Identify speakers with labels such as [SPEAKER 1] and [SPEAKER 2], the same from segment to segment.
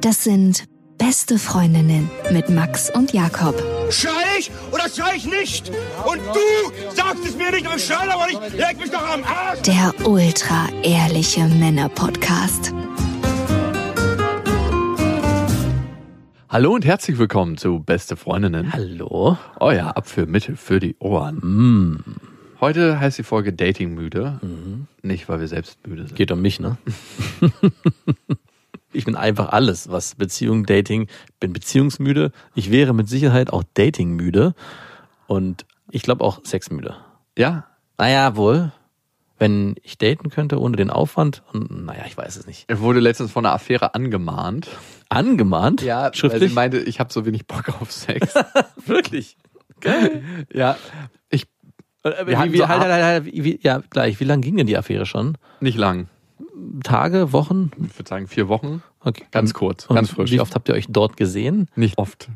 [SPEAKER 1] Das sind Beste Freundinnen mit Max und Jakob.
[SPEAKER 2] Schrei ich oder schrei ich nicht? Und du sagst es mir nicht, aber ich schrei aber nicht. Leg mich doch am Arsch.
[SPEAKER 1] Der ultra ehrliche Männer Podcast.
[SPEAKER 3] Hallo und herzlich willkommen zu Beste Freundinnen. Oh
[SPEAKER 4] Hallo.
[SPEAKER 3] Euer Abführmittel für die Ohren. Mm. Heute heißt die Folge Dating müde. Nicht, weil wir selbst müde sind.
[SPEAKER 4] Geht um mich, ne? ich bin einfach alles, was Beziehung, Dating, bin beziehungsmüde. Ich wäre mit Sicherheit auch datingmüde und ich glaube auch sexmüde.
[SPEAKER 3] Ja,
[SPEAKER 4] Naja, wohl. Wenn ich daten könnte ohne den Aufwand, und, naja, ich weiß es nicht.
[SPEAKER 3] er wurde letztens von einer Affäre angemahnt.
[SPEAKER 4] Angemahnt?
[SPEAKER 3] Weil
[SPEAKER 4] schriftlich.
[SPEAKER 3] sie meinte, ich habe so wenig Bock auf Sex.
[SPEAKER 4] wirklich.
[SPEAKER 3] ja, ich
[SPEAKER 4] Äh,
[SPEAKER 3] Wir hatten
[SPEAKER 4] Wie, wie,
[SPEAKER 3] so
[SPEAKER 4] halt,
[SPEAKER 3] Ar-
[SPEAKER 4] halt, halt, halt, wie, ja, gleich. Wie lange ging denn die Affäre schon?
[SPEAKER 3] nicht lang.
[SPEAKER 4] Tage, Wochen?
[SPEAKER 3] Ich würde sagen vier Wochen.
[SPEAKER 4] Okay.
[SPEAKER 3] Ganz kurz,
[SPEAKER 4] Und
[SPEAKER 3] ganz frisch.
[SPEAKER 4] Wie oft habt ihr euch dort gesehen?
[SPEAKER 3] Nicht oft.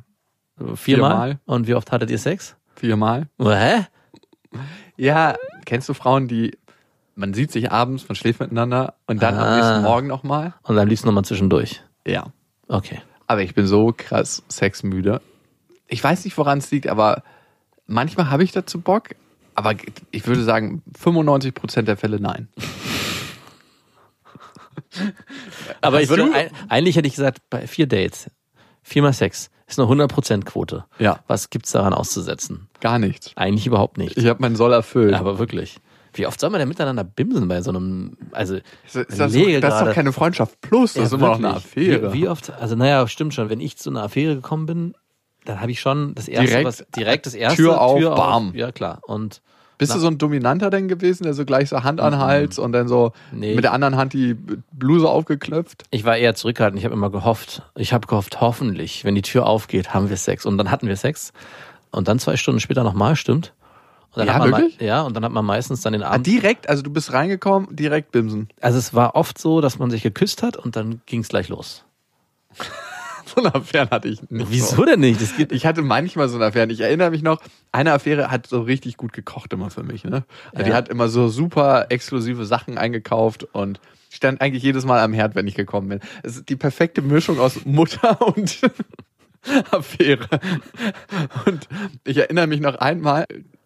[SPEAKER 4] Viermal?
[SPEAKER 3] Viermal.
[SPEAKER 4] Und wie oft hattet ihr Sex?
[SPEAKER 3] Viermal.
[SPEAKER 4] Hä?
[SPEAKER 3] Ja, kennst du Frauen, die man sieht sich abends, man schläft miteinander und dann am
[SPEAKER 4] Ah.
[SPEAKER 3] nächsten Morgen nochmal?
[SPEAKER 4] Und am liebsten nochmal zwischendurch.
[SPEAKER 3] Ja.
[SPEAKER 4] Okay.
[SPEAKER 3] Aber ich bin so krass sexmüde. Ich weiß nicht, woran es liegt, aber manchmal habe ich dazu Bock. Aber ich würde sagen, 95% der Fälle nein.
[SPEAKER 4] Aber ich
[SPEAKER 3] Hast
[SPEAKER 4] würde,
[SPEAKER 3] du-
[SPEAKER 4] ein- eigentlich hätte ich gesagt, bei vier Dates, viermal Sex, ist eine 100%-Quote.
[SPEAKER 3] Ja.
[SPEAKER 4] Was gibt's daran auszusetzen?
[SPEAKER 3] Gar nichts.
[SPEAKER 4] Eigentlich überhaupt nicht.
[SPEAKER 3] Ich habe meinen Soll erfüllt.
[SPEAKER 4] Aber wirklich. Wie oft soll man denn miteinander bimsen bei so einem, also,
[SPEAKER 3] ist ist das, das
[SPEAKER 4] lege
[SPEAKER 3] ist doch
[SPEAKER 4] gerade-
[SPEAKER 3] keine Freundschaft plus, das
[SPEAKER 4] Ja,
[SPEAKER 3] ist immer noch eine
[SPEAKER 4] wirklich.
[SPEAKER 3] Affäre.
[SPEAKER 4] Wie, wie oft, also naja, stimmt schon, wenn ich zu einer Affäre gekommen bin, dann habe ich schon das erste,
[SPEAKER 3] Direkt-
[SPEAKER 4] was, direkt das erste.
[SPEAKER 3] Tür auf, bam.
[SPEAKER 4] Ja, klar. Und
[SPEAKER 3] Bist du so ein Dominanter denn gewesen, der so gleich so Hand an Hals und dann so
[SPEAKER 4] Mhm. Nee.
[SPEAKER 3] mit der anderen Hand die Bluse aufgeklöpft?
[SPEAKER 4] Ich war eher zurückhaltend. Ich habe immer gehofft. Ich habe gehofft, hoffentlich, wenn die Tür aufgeht, haben wir Sex. Und dann hatten wir Sex. Und dann zwei Stunden später nochmal, stimmt. Und dann
[SPEAKER 3] Ja,
[SPEAKER 4] hat man mei-
[SPEAKER 3] wirklich?
[SPEAKER 4] ja, und dann hat man meistens dann den
[SPEAKER 3] Ah,
[SPEAKER 4] Abend.
[SPEAKER 3] direkt, also du bist reingekommen, direkt bimsen.
[SPEAKER 4] also es war oft so, dass man sich geküsst hat und dann ging es gleich los.
[SPEAKER 3] So eine Affäre hatte ich nicht.
[SPEAKER 4] Wieso denn nicht? Das geht
[SPEAKER 3] Ich hatte manchmal so eine Affäre. Ich erinnere mich noch, eine Affäre hat so richtig gut gekocht immer für mich. Ne? Also Die
[SPEAKER 4] Ja.
[SPEAKER 3] hat immer so super exklusive Sachen eingekauft und stand eigentlich jedes Mal am Herd, wenn ich gekommen bin. Es ist die perfekte Mischung aus Mutter und Affäre. Und ich erinnere mich noch einmal,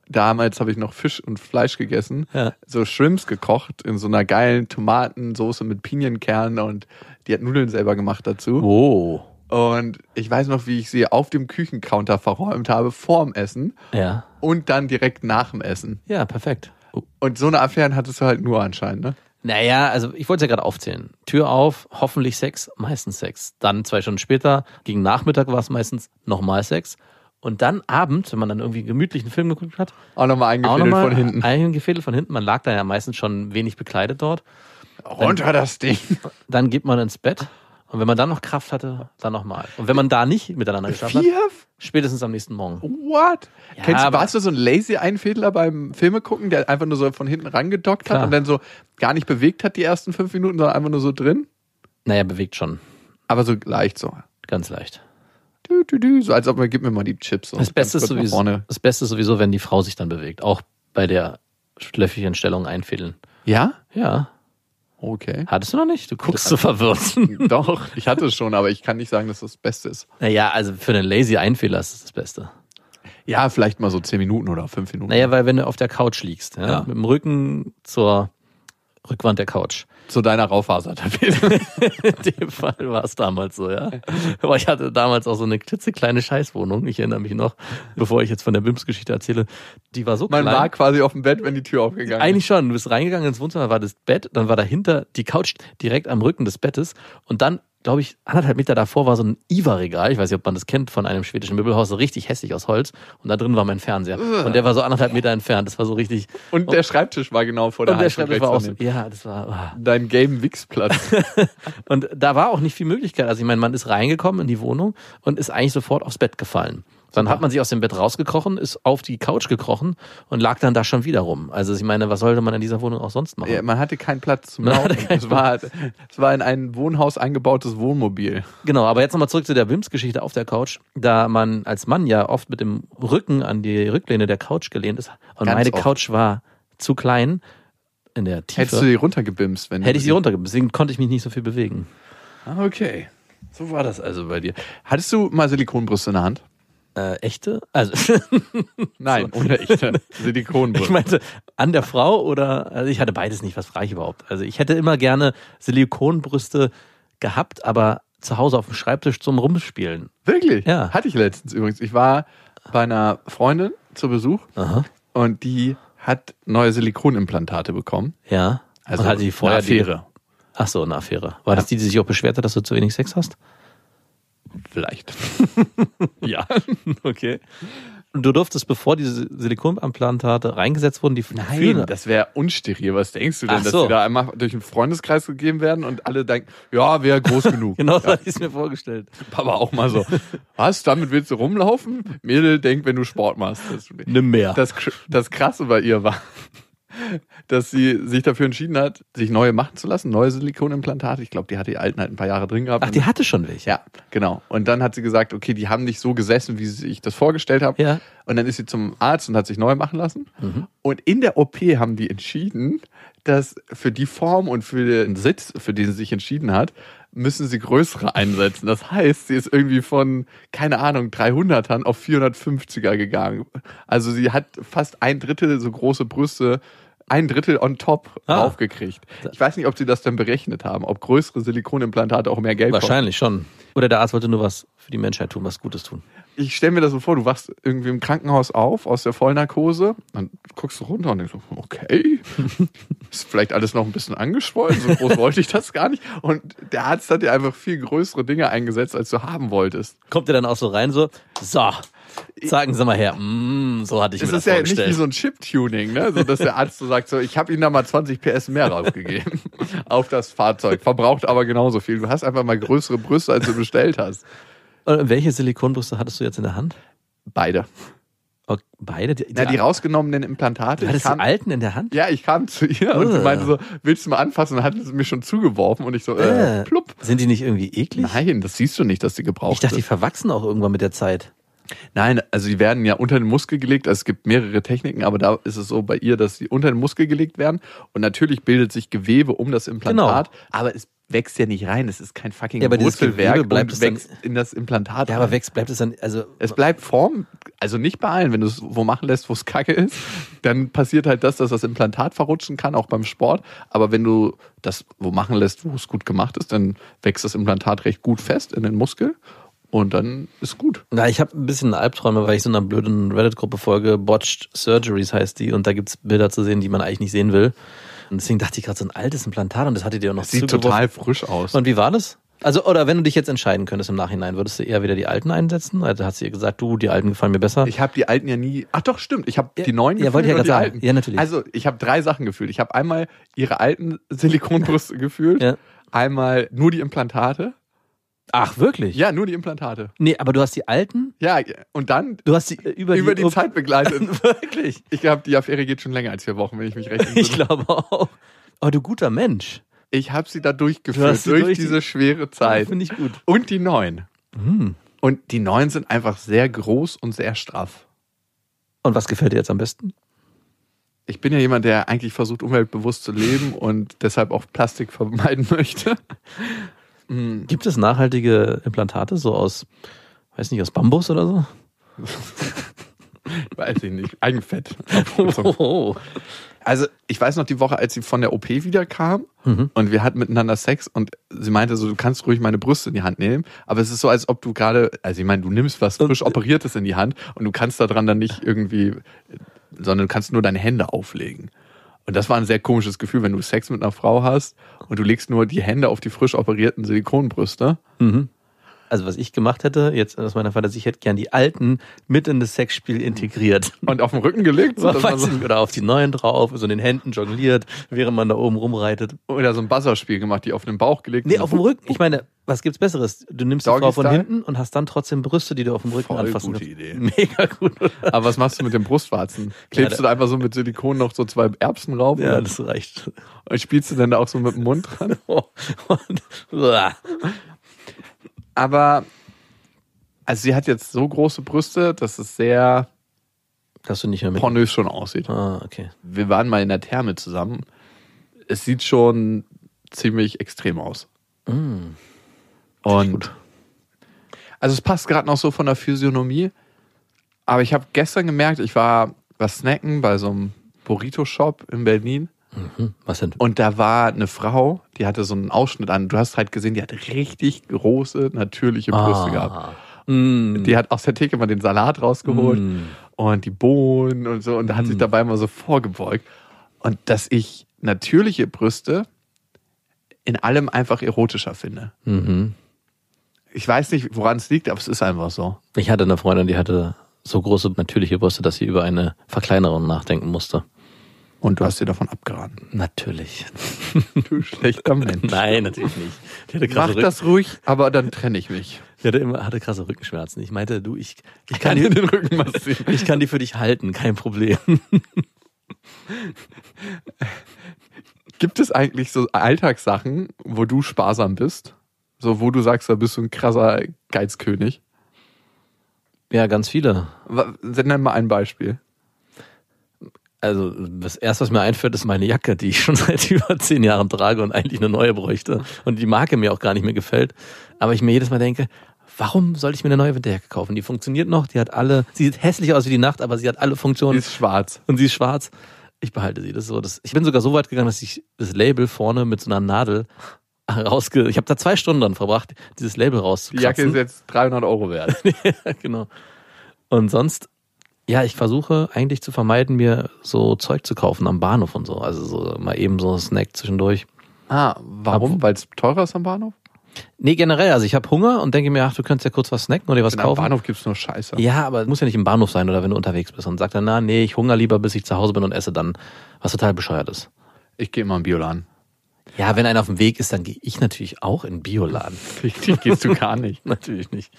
[SPEAKER 3] damals habe ich noch Fisch und Fleisch gegessen,
[SPEAKER 4] Ja.
[SPEAKER 3] so Shrimps gekocht in so einer geilen Tomatensoße mit Pinienkernen und die hat Nudeln selber gemacht dazu.
[SPEAKER 4] Wow.
[SPEAKER 3] Und ich weiß noch, wie ich sie auf dem Küchencounter verräumt habe, vorm Essen
[SPEAKER 4] Ja.
[SPEAKER 3] und dann direkt nach dem Essen.
[SPEAKER 4] Ja, perfekt. Oh.
[SPEAKER 3] Und so eine Affäre hattest du halt nur anscheinend, ne?
[SPEAKER 4] Naja, also ich wollte es ja gerade aufzählen. Tür auf, hoffentlich Sex, meistens Sex. Dann zwei Stunden später, gegen Nachmittag war es meistens nochmal Sex. Und dann Abend, wenn man dann irgendwie gemütlich einen Film geguckt hat,
[SPEAKER 3] Auch nochmal
[SPEAKER 4] auch
[SPEAKER 3] eingefädelt
[SPEAKER 4] nochmal
[SPEAKER 3] von hinten.
[SPEAKER 4] Ein Gefädel von hinten. Man lag da ja meistens schon wenig bekleidet dort.
[SPEAKER 3] Runter das Ding.
[SPEAKER 4] Dann geht man ins Bett. Und wenn man dann noch Kraft hatte, dann nochmal. Und wenn man da nicht miteinander geschafft hat,
[SPEAKER 3] Vier?
[SPEAKER 4] spätestens am nächsten Morgen.
[SPEAKER 3] What?
[SPEAKER 4] Ja,
[SPEAKER 3] Kennst du,
[SPEAKER 4] aber-
[SPEAKER 3] warst du so ein lazy Einfädler beim Filme gucken, der einfach nur so von hinten rangedockt hat
[SPEAKER 4] Klar.
[SPEAKER 3] und dann so gar nicht bewegt hat die ersten fünf Minuten, sondern einfach nur so drin?
[SPEAKER 4] Naja, bewegt schon.
[SPEAKER 3] Aber so leicht so.
[SPEAKER 4] Ganz leicht.
[SPEAKER 3] Dü, dü, dü, so als ob man, gib mir mal die Chips. So.
[SPEAKER 4] Das Beste, ist
[SPEAKER 3] Ganz kurz nach
[SPEAKER 4] sowieso,
[SPEAKER 3] Vorne.
[SPEAKER 4] das Beste ist sowieso, wenn die Frau sich dann bewegt. Auch bei der schlöffigen Stellung einfädeln.
[SPEAKER 3] Ja?
[SPEAKER 4] Ja,
[SPEAKER 3] Okay.
[SPEAKER 4] Hattest du noch nicht? Du guckst so verwirrt.
[SPEAKER 3] Doch, ich hatte es schon, aber ich kann nicht sagen, dass das das Beste ist.
[SPEAKER 4] naja, also für einen lazy Einfehler ist das das Beste. Ah,
[SPEAKER 3] Ja, vielleicht mal so zehn Minuten oder fünf Minuten.
[SPEAKER 4] Naja, weil wenn du auf der Couch liegst, ja,
[SPEAKER 3] Ja.
[SPEAKER 4] mit dem Rücken zur Rückwand der Couch.
[SPEAKER 3] Zu deiner Raufasertapete.
[SPEAKER 4] In dem Fall war es damals so, ja. Aber ich hatte damals auch so eine klitzekleine Scheißwohnung. Ich erinnere mich noch, bevor ich jetzt von der BIMS-Geschichte erzähle. Die war so
[SPEAKER 3] Man
[SPEAKER 4] klein.
[SPEAKER 3] war quasi auf dem Bett, wenn die Tür aufgegangen
[SPEAKER 4] Eigentlich schon. Du bist reingegangen ins Wohnzimmer, war das Bett, dann war dahinter die Couch direkt am Rücken des Bettes und dann, glaube ich, anderthalb Meter davor war so ein Iva-Regal. Ich weiß nicht, ob man das kennt von einem schwedischen Möbelhaus, so richtig hässlich aus Holz. Und da drin war mein Fernseher. Und der war so anderthalb Meter entfernt. Das war so richtig.
[SPEAKER 3] ist. Und der Schreibtisch war genau vor der
[SPEAKER 4] Und der
[SPEAKER 3] Heizung
[SPEAKER 4] Schreibtisch
[SPEAKER 3] rechts
[SPEAKER 4] war auch so.
[SPEAKER 3] daneben.
[SPEAKER 4] Ja, das war. ah.
[SPEAKER 3] Dein game wix platz
[SPEAKER 4] Und da war auch nicht viel Möglichkeit. Also ich meine, man ist reingekommen in die Wohnung und ist eigentlich sofort aufs Bett gefallen. Dann hat man sich aus dem Bett rausgekrochen, ist auf die Couch gekrochen und lag dann da schon wieder rum. Also ich meine, was sollte man in dieser Wohnung auch sonst machen?
[SPEAKER 3] ja, man hatte keinen Platz zum
[SPEAKER 4] Man hatte
[SPEAKER 3] Laufen.
[SPEAKER 4] keinen
[SPEAKER 3] Es war, es war in ein Wohnhaus eingebautes Wohnmobil.
[SPEAKER 4] Genau, aber jetzt nochmal zurück zu der Wims-Geschichte auf der Couch. Da man als Mann ja oft mit dem Rücken an die Rücklehne der Couch gelehnt ist und
[SPEAKER 3] Ganz
[SPEAKER 4] meine
[SPEAKER 3] oft.
[SPEAKER 4] Couch war zu klein in der Tiefe.
[SPEAKER 3] Hättest du die runtergebimst, wenn
[SPEAKER 4] hätte ich sie runtergegeben. Deswegen konnte ich mich nicht so viel bewegen.
[SPEAKER 3] Ah, okay. So war das also bei dir. Hattest du mal Silikonbrüste in der Hand?
[SPEAKER 4] Äh, echte? Also,
[SPEAKER 3] Nein, ohne echte Silikonbrüste.
[SPEAKER 4] ich meinte, an der Frau oder, also ich hatte beides nicht, was frage ich überhaupt? Also ich hätte immer gerne Silikonbrüste gehabt, aber zu Hause auf dem Schreibtisch zum Rumspielen.
[SPEAKER 3] Wirklich?
[SPEAKER 4] Ja.
[SPEAKER 3] Hatte ich letztens übrigens. Ich war bei einer Freundin zu Besuch
[SPEAKER 4] Aha.
[SPEAKER 3] und die hat neue Silikonimplantate bekommen.
[SPEAKER 4] Ja.
[SPEAKER 3] Also
[SPEAKER 4] Und hatte die vorher
[SPEAKER 3] eine Affäre.
[SPEAKER 4] Die, ach so, eine Affäre. War das die, die sich auch beschwert hat, dass du zu wenig Sex hast?
[SPEAKER 3] Vielleicht.
[SPEAKER 4] Ja. okay. Und du durftest, bevor diese Silikonimplantate reingesetzt wurden, die
[SPEAKER 3] Nein, das wäre unsteril. Was denkst du denn,
[SPEAKER 4] Ach
[SPEAKER 3] dass
[SPEAKER 4] so.
[SPEAKER 3] die da einmal durch einen Freundeskreis gegeben werden und alle denken, ja, wäre groß genug.
[SPEAKER 4] genau so hatte ich es mir vorgestellt.
[SPEAKER 3] Papa auch mal so. Was? Damit willst du rumlaufen? Mädel denkt, wenn du Sport machst. Das,
[SPEAKER 4] Nimm mehr.
[SPEAKER 3] das, Kr- das Krasse bei ihr war, dass sie sich dafür entschieden hat, sich neue machen zu lassen, neue Silikonimplantate. Ich glaube, die hat die alten halt ein paar Jahre drin gehabt.
[SPEAKER 4] ach, die hatte schon welche.
[SPEAKER 3] ja, genau. Und dann hat sie gesagt, okay, die haben nicht so gesessen, wie sie- ich das vorgestellt habe.
[SPEAKER 4] Ja. Mhm.
[SPEAKER 3] Und dann ist sie zum Arzt und hat sich neu machen lassen. Und in der OP haben die entschieden, dass für die Form und für den Sitz, für den sie sich entschieden hat, müssen sie größere einsetzen. Das heißt, sie ist irgendwie von, keine Ahnung, 300ern auf 450er gegangen. Also sie hat fast ein Drittel so große Brüste, ein Drittel on top
[SPEAKER 4] Ah.
[SPEAKER 3] draufgekriegt. Ich weiß nicht, ob sie das dann berechnet haben, ob größere Silikonimplantate auch mehr Geld kosten.
[SPEAKER 4] Wahrscheinlich schon. Oder der Arzt wollte nur was für die Menschheit tun, was Gutes tun.
[SPEAKER 3] ich stelle mir das so vor, du wachst irgendwie im Krankenhaus auf aus der Vollnarkose, dann guckst du runter und denkst, so, okay, ist vielleicht alles noch ein bisschen angeschwollen, so groß wollte ich das gar nicht. Und der Arzt hat dir einfach viel größere Dinge eingesetzt, als du haben wolltest.
[SPEAKER 4] Kommt ihr dann auch so rein, so, so, sagen Sie mal her, mm, so hatte ich
[SPEAKER 3] Es
[SPEAKER 4] mir
[SPEAKER 3] ist
[SPEAKER 4] das
[SPEAKER 3] ja nicht
[SPEAKER 4] vorgestellt.
[SPEAKER 3] wie so ein Chip-Tuning, ne? so, dass der Arzt so sagt, so, ich habe Ihnen da mal 20 PS mehr draufgegeben auf das Fahrzeug, verbraucht aber genauso viel. Du hast einfach mal größere Brüste, als du bestellt hast.
[SPEAKER 4] Und welche Silikonbrüste hattest du jetzt in der Hand?
[SPEAKER 3] Beide.
[SPEAKER 4] Okay, beide? Die,
[SPEAKER 3] Na, die rausgenommenen Implantate.
[SPEAKER 4] du hattest
[SPEAKER 3] die
[SPEAKER 4] die
[SPEAKER 3] kamen-
[SPEAKER 4] alten in der Hand?
[SPEAKER 3] Ja, ich kam zu ihr und sie
[SPEAKER 4] Ugh.
[SPEAKER 3] meinte so, willst du mal anfassen? Und hat sie mir schon zugeworfen und ich so, äh,
[SPEAKER 4] Äh,
[SPEAKER 3] plupp.
[SPEAKER 4] Sind die nicht irgendwie eklig?
[SPEAKER 3] Nein, das siehst du nicht, dass die gebraucht
[SPEAKER 4] ich dachte, die
[SPEAKER 3] ist.
[SPEAKER 4] verwachsen auch irgendwann mit der Zeit.
[SPEAKER 3] Nein, also die werden ja unter den Muskel gelegt. Also es gibt mehrere Techniken, aber da ist es so bei ihr, dass sie unter den Muskel gelegt werden. Und natürlich bildet sich Gewebe um das Implantat, aber es wächst ja nicht rein. Es ist kein fucking
[SPEAKER 4] Ja, aber dieses
[SPEAKER 3] Wurzelwerk
[SPEAKER 4] Gewebe bleibt
[SPEAKER 3] und
[SPEAKER 4] es dann-
[SPEAKER 3] wächst in das Implantat.
[SPEAKER 4] Ja, aber
[SPEAKER 3] rein.
[SPEAKER 4] wächst, bleibt es dann, also,
[SPEAKER 3] Es bleibt Form, also nicht bei allen. Wenn du es wo machen lässt, wo es kacke ist, dann passiert halt das, dass das Implantat verrutschen kann, auch beim Sport. Aber wenn du das wo machen lässt, wo es gut gemacht ist, dann wächst das Implantat recht gut fest in den Muskel und dann ist gut.
[SPEAKER 4] na, ich habe ein bisschen Albträume, weil ich so einer blöden Reddit-Gruppe folge, Botched Surgeries heißt die, und da gibt's Bilder zu sehen, die man eigentlich nicht sehen will. Und deswegen dachte ich gerade, so ein altes Implantat und das hatte dir auch noch
[SPEAKER 3] Sieht
[SPEAKER 4] zugeworfen.
[SPEAKER 3] total frisch aus.
[SPEAKER 4] Und wie war das? Also, oder wenn du dich jetzt entscheiden könntest im Nachhinein, würdest du eher wieder die alten einsetzen? Also hast du ihr gesagt, du, die alten gefallen mir besser.
[SPEAKER 3] Ich habe die alten ja nie. Ach doch, stimmt. Ich habe
[SPEAKER 4] Ja,
[SPEAKER 3] die neuen
[SPEAKER 4] ja,
[SPEAKER 3] gefühlt
[SPEAKER 4] wollte ich ja
[SPEAKER 3] und die
[SPEAKER 4] gerade sagen.
[SPEAKER 3] alten.
[SPEAKER 4] Ja, natürlich.
[SPEAKER 3] Also ich habe drei Sachen gefühlt. Ich habe einmal ihre alten Silikonbrüste gefühlt,
[SPEAKER 4] Ja.
[SPEAKER 3] einmal nur die Implantate.
[SPEAKER 4] Ach, wirklich?
[SPEAKER 3] Ja, nur die Implantate.
[SPEAKER 4] Nee, aber du hast die alten,
[SPEAKER 3] Ja, und dann
[SPEAKER 4] du hast die äh, über,
[SPEAKER 3] über die Zeit begleitet.
[SPEAKER 4] wirklich?
[SPEAKER 3] Ich glaube, die Affäre geht schon länger als vier Wochen, wenn ich mich recht entsinne.
[SPEAKER 4] Ich glaube auch. Oh, du guter Mensch.
[SPEAKER 3] Ich habe sie da
[SPEAKER 4] Du
[SPEAKER 3] durchgeführt,
[SPEAKER 4] hast sie
[SPEAKER 3] durch,
[SPEAKER 4] durch die-
[SPEAKER 3] diese schwere Zeit.
[SPEAKER 4] Finde ich gut. Mhm.
[SPEAKER 3] Und die neun. Und die neun sind einfach sehr groß und sehr straff.
[SPEAKER 4] Und was gefällt dir jetzt am besten?
[SPEAKER 3] Ich bin ja jemand, der eigentlich versucht, umweltbewusst zu leben und deshalb auch Plastik vermeiden möchte.
[SPEAKER 4] Gibt es nachhaltige Implantate, so aus, weiß nicht, aus Bambus oder so?
[SPEAKER 3] Weiß ich nicht. Eigenfett.
[SPEAKER 4] Oh.
[SPEAKER 3] Also, ich weiß noch die Woche, als sie von der OP wieder kam
[SPEAKER 4] Mhm.
[SPEAKER 3] und wir hatten miteinander Sex und sie meinte so, du kannst ruhig meine Brüste in die Hand nehmen, aber es ist so, als ob du gerade, also ich meine, du nimmst was frisch operiertes in die Hand und du kannst daran dann nicht irgendwie, sondern du kannst nur deine Hände auflegen. Und das war ein sehr komisches Gefühl, wenn du Sex mit einer Frau hast und du legst nur die Hände auf die frisch operierten Silikonbrüste.
[SPEAKER 4] Also, was ich gemacht hätte, jetzt aus meiner Fantasie, ich hätte gern die alten mit in das Sexspiel integriert.
[SPEAKER 3] Und auf den Rücken gelegt? So, dass man
[SPEAKER 4] Weiß
[SPEAKER 3] so,
[SPEAKER 4] ich nicht, Oder auf die neuen drauf, so in den Händen jongliert, während man da oben rumreitet.
[SPEAKER 3] oder so ein Buzzerspiel gemacht, die auf den Bauch gelegt
[SPEAKER 4] Nee,
[SPEAKER 3] und
[SPEAKER 4] auf dem Rücken. Ich meine, was gibt's Besseres? Du nimmst die
[SPEAKER 3] Doggy
[SPEAKER 4] Frau von
[SPEAKER 3] Style?
[SPEAKER 4] hinten und hast dann trotzdem Brüste, die du auf dem Rücken
[SPEAKER 3] Voll
[SPEAKER 4] anfassen
[SPEAKER 3] gute
[SPEAKER 4] kannst.
[SPEAKER 3] Idee.
[SPEAKER 4] Mega gut. oder?
[SPEAKER 3] Aber was machst du mit den Brustwarzen? Klebst
[SPEAKER 4] Ja,
[SPEAKER 3] du da einfach so mit Silikon noch so zwei Erbsen rauf?
[SPEAKER 4] Ja,
[SPEAKER 3] und
[SPEAKER 4] das reicht.
[SPEAKER 3] spielst du dann da auch so mit dem Mund dran?
[SPEAKER 4] Und, uah.
[SPEAKER 3] Aber also sie hat jetzt so große Brüste, dass es sehr
[SPEAKER 4] Hast du nicht mehr mit.
[SPEAKER 3] pornös schon aussieht.
[SPEAKER 4] Ah, okay.
[SPEAKER 3] Wir waren mal in der Therme zusammen. Es sieht schon ziemlich extrem aus.
[SPEAKER 4] Mm.
[SPEAKER 3] Und also es passt gerade noch so von der Physiognomie. Aber ich habe gestern gemerkt, ich war was snacken bei so einem Burrito-Shop in Berlin.
[SPEAKER 4] Hm, was denn?
[SPEAKER 3] Und da war eine Frau, die hatte so einen Ausschnitt an. Du hast halt gesehen, die hat richtig große, natürliche
[SPEAKER 4] Ah.
[SPEAKER 3] Brüste gehabt.
[SPEAKER 4] Mm.
[SPEAKER 3] Die hat aus der Theke mal den Salat rausgeholt
[SPEAKER 4] Mm.
[SPEAKER 3] und die Bohnen und so. Und da hat sich dabei mal so vorgebeugt. Und dass ich natürliche Brüste in allem einfach erotischer finde.
[SPEAKER 4] Mhm.
[SPEAKER 3] Ich weiß nicht, woran es liegt, aber es ist einfach so.
[SPEAKER 4] Ich hatte eine Freundin, die hatte so große natürliche Brüste, dass sie über eine Verkleinerung nachdenken musste.
[SPEAKER 3] Und du hast dir davon abgeraten.
[SPEAKER 4] Natürlich.
[SPEAKER 3] Du schlechter Mensch.
[SPEAKER 4] Nein, also natürlich nicht. Die hatte
[SPEAKER 3] Mach
[SPEAKER 4] krasse, Rücken,
[SPEAKER 3] das ruhig, aber dann trenne ich mich.
[SPEAKER 4] die hatte immer, hatte krasse Rückenschmerzen. Ich meinte, du, ich, ich, kann
[SPEAKER 3] Kann
[SPEAKER 4] die,
[SPEAKER 3] dir den Rücken massieren.
[SPEAKER 4] ich kann die für dich halten, kein Problem.
[SPEAKER 3] Gibt es eigentlich so Alltagssachen, wo du sparsam bist? So, wo du sagst, da bist du ein krasser Geizkönig?
[SPEAKER 4] Ja, ganz viele.
[SPEAKER 3] Wa- Nenn mal ein Beispiel.
[SPEAKER 4] Also das erste, was mir einfällt, ist meine Jacke, die ich schon seit über zehn Jahren trage und eigentlich eine neue bräuchte. Und die Marke mir auch gar nicht mehr gefällt. Aber ich mir jedes Mal denke, warum soll ich mir eine neue Winterjacke kaufen? Die funktioniert noch, die hat alle, sie sieht hässlich aus wie die Nacht, aber sie hat alle
[SPEAKER 3] Die
[SPEAKER 4] Funktionen
[SPEAKER 3] ist schwarz.
[SPEAKER 4] und sie ist schwarz. Ich behalte sie. Das ist so, das, ich bin sogar so weit gegangen, dass ich das Label vorne mit so einer Nadel rausge... Ich habe da zwei Stunden dran verbracht, dieses Label
[SPEAKER 3] Die Jacke
[SPEAKER 4] rauszukratzen.
[SPEAKER 3] ist jetzt 300 Euro wert.
[SPEAKER 4] Ja, genau. Und sonst, ja, ich versuche eigentlich zu vermeiden, mir so Zeug zu kaufen am Bahnhof und so. Also so mal eben so einen Snack zwischendurch.
[SPEAKER 3] Ah, warum? Weil es teurer ist am Bahnhof?
[SPEAKER 4] Nee, generell. Also ich habe Hunger und denke mir, ach, du könntest ja kurz was snacken oder dir was
[SPEAKER 3] Denn am
[SPEAKER 4] kaufen.
[SPEAKER 3] Bahnhof gibt es nur Scheiße.
[SPEAKER 4] Ja, aber muss ja nicht im Bahnhof sein oder wenn du unterwegs bist und sagt dann, na, nee, ich hunger lieber, bis ich zu Hause bin und esse dann, was total bescheuert ist.
[SPEAKER 3] Ich gehe immer in den Bioladen.
[SPEAKER 4] Ja, wenn einer auf dem Weg ist, dann gehe ich natürlich auch in den Bioladen.
[SPEAKER 3] Richtig gehst du gar nicht.
[SPEAKER 4] natürlich nicht.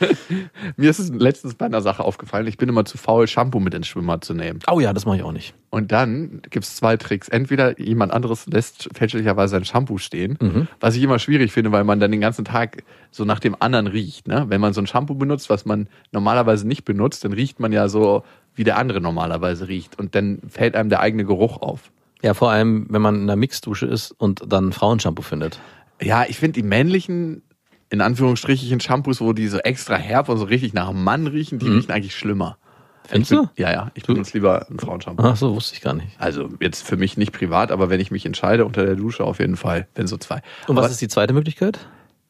[SPEAKER 3] Mir ist es letztens bei einer Sache aufgefallen, ich bin immer zu faul, Shampoo mit ins Schwimmer zu nehmen.
[SPEAKER 4] Oh ja, das mache ich auch nicht.
[SPEAKER 3] Und dann gibt es zwei Tricks. Entweder jemand anderes lässt fälschlicherweise ein Shampoo stehen,
[SPEAKER 4] Mhm.
[SPEAKER 3] was ich immer schwierig finde, weil man dann den ganzen Tag so nach dem anderen riecht. Ne? Wenn man so ein Shampoo benutzt, was man normalerweise nicht benutzt, dann riecht man ja so, wie der andere normalerweise riecht. Und dann fällt einem der eigene Geruch auf.
[SPEAKER 4] Ja, vor allem, wenn man in einer Mixdusche ist und dann Frauenshampoo findet.
[SPEAKER 3] Ja, ich finde die männlichen, in Anführungsstrichen, Shampoos, wo die so extra herb und so richtig nach einem Mann riechen, die riechen eigentlich schlimmer.
[SPEAKER 4] Mhm. Findest
[SPEAKER 3] Ich bin-
[SPEAKER 4] du?
[SPEAKER 3] Ja, ja. Ich benutze lieber ein Frauenshampoo.
[SPEAKER 4] Ach so, wusste ich gar nicht.
[SPEAKER 3] Also jetzt für mich nicht privat, aber wenn ich mich entscheide, unter der Dusche auf jeden Fall, wenn so zwei.
[SPEAKER 4] Und
[SPEAKER 3] aber
[SPEAKER 4] was ist die zweite Möglichkeit?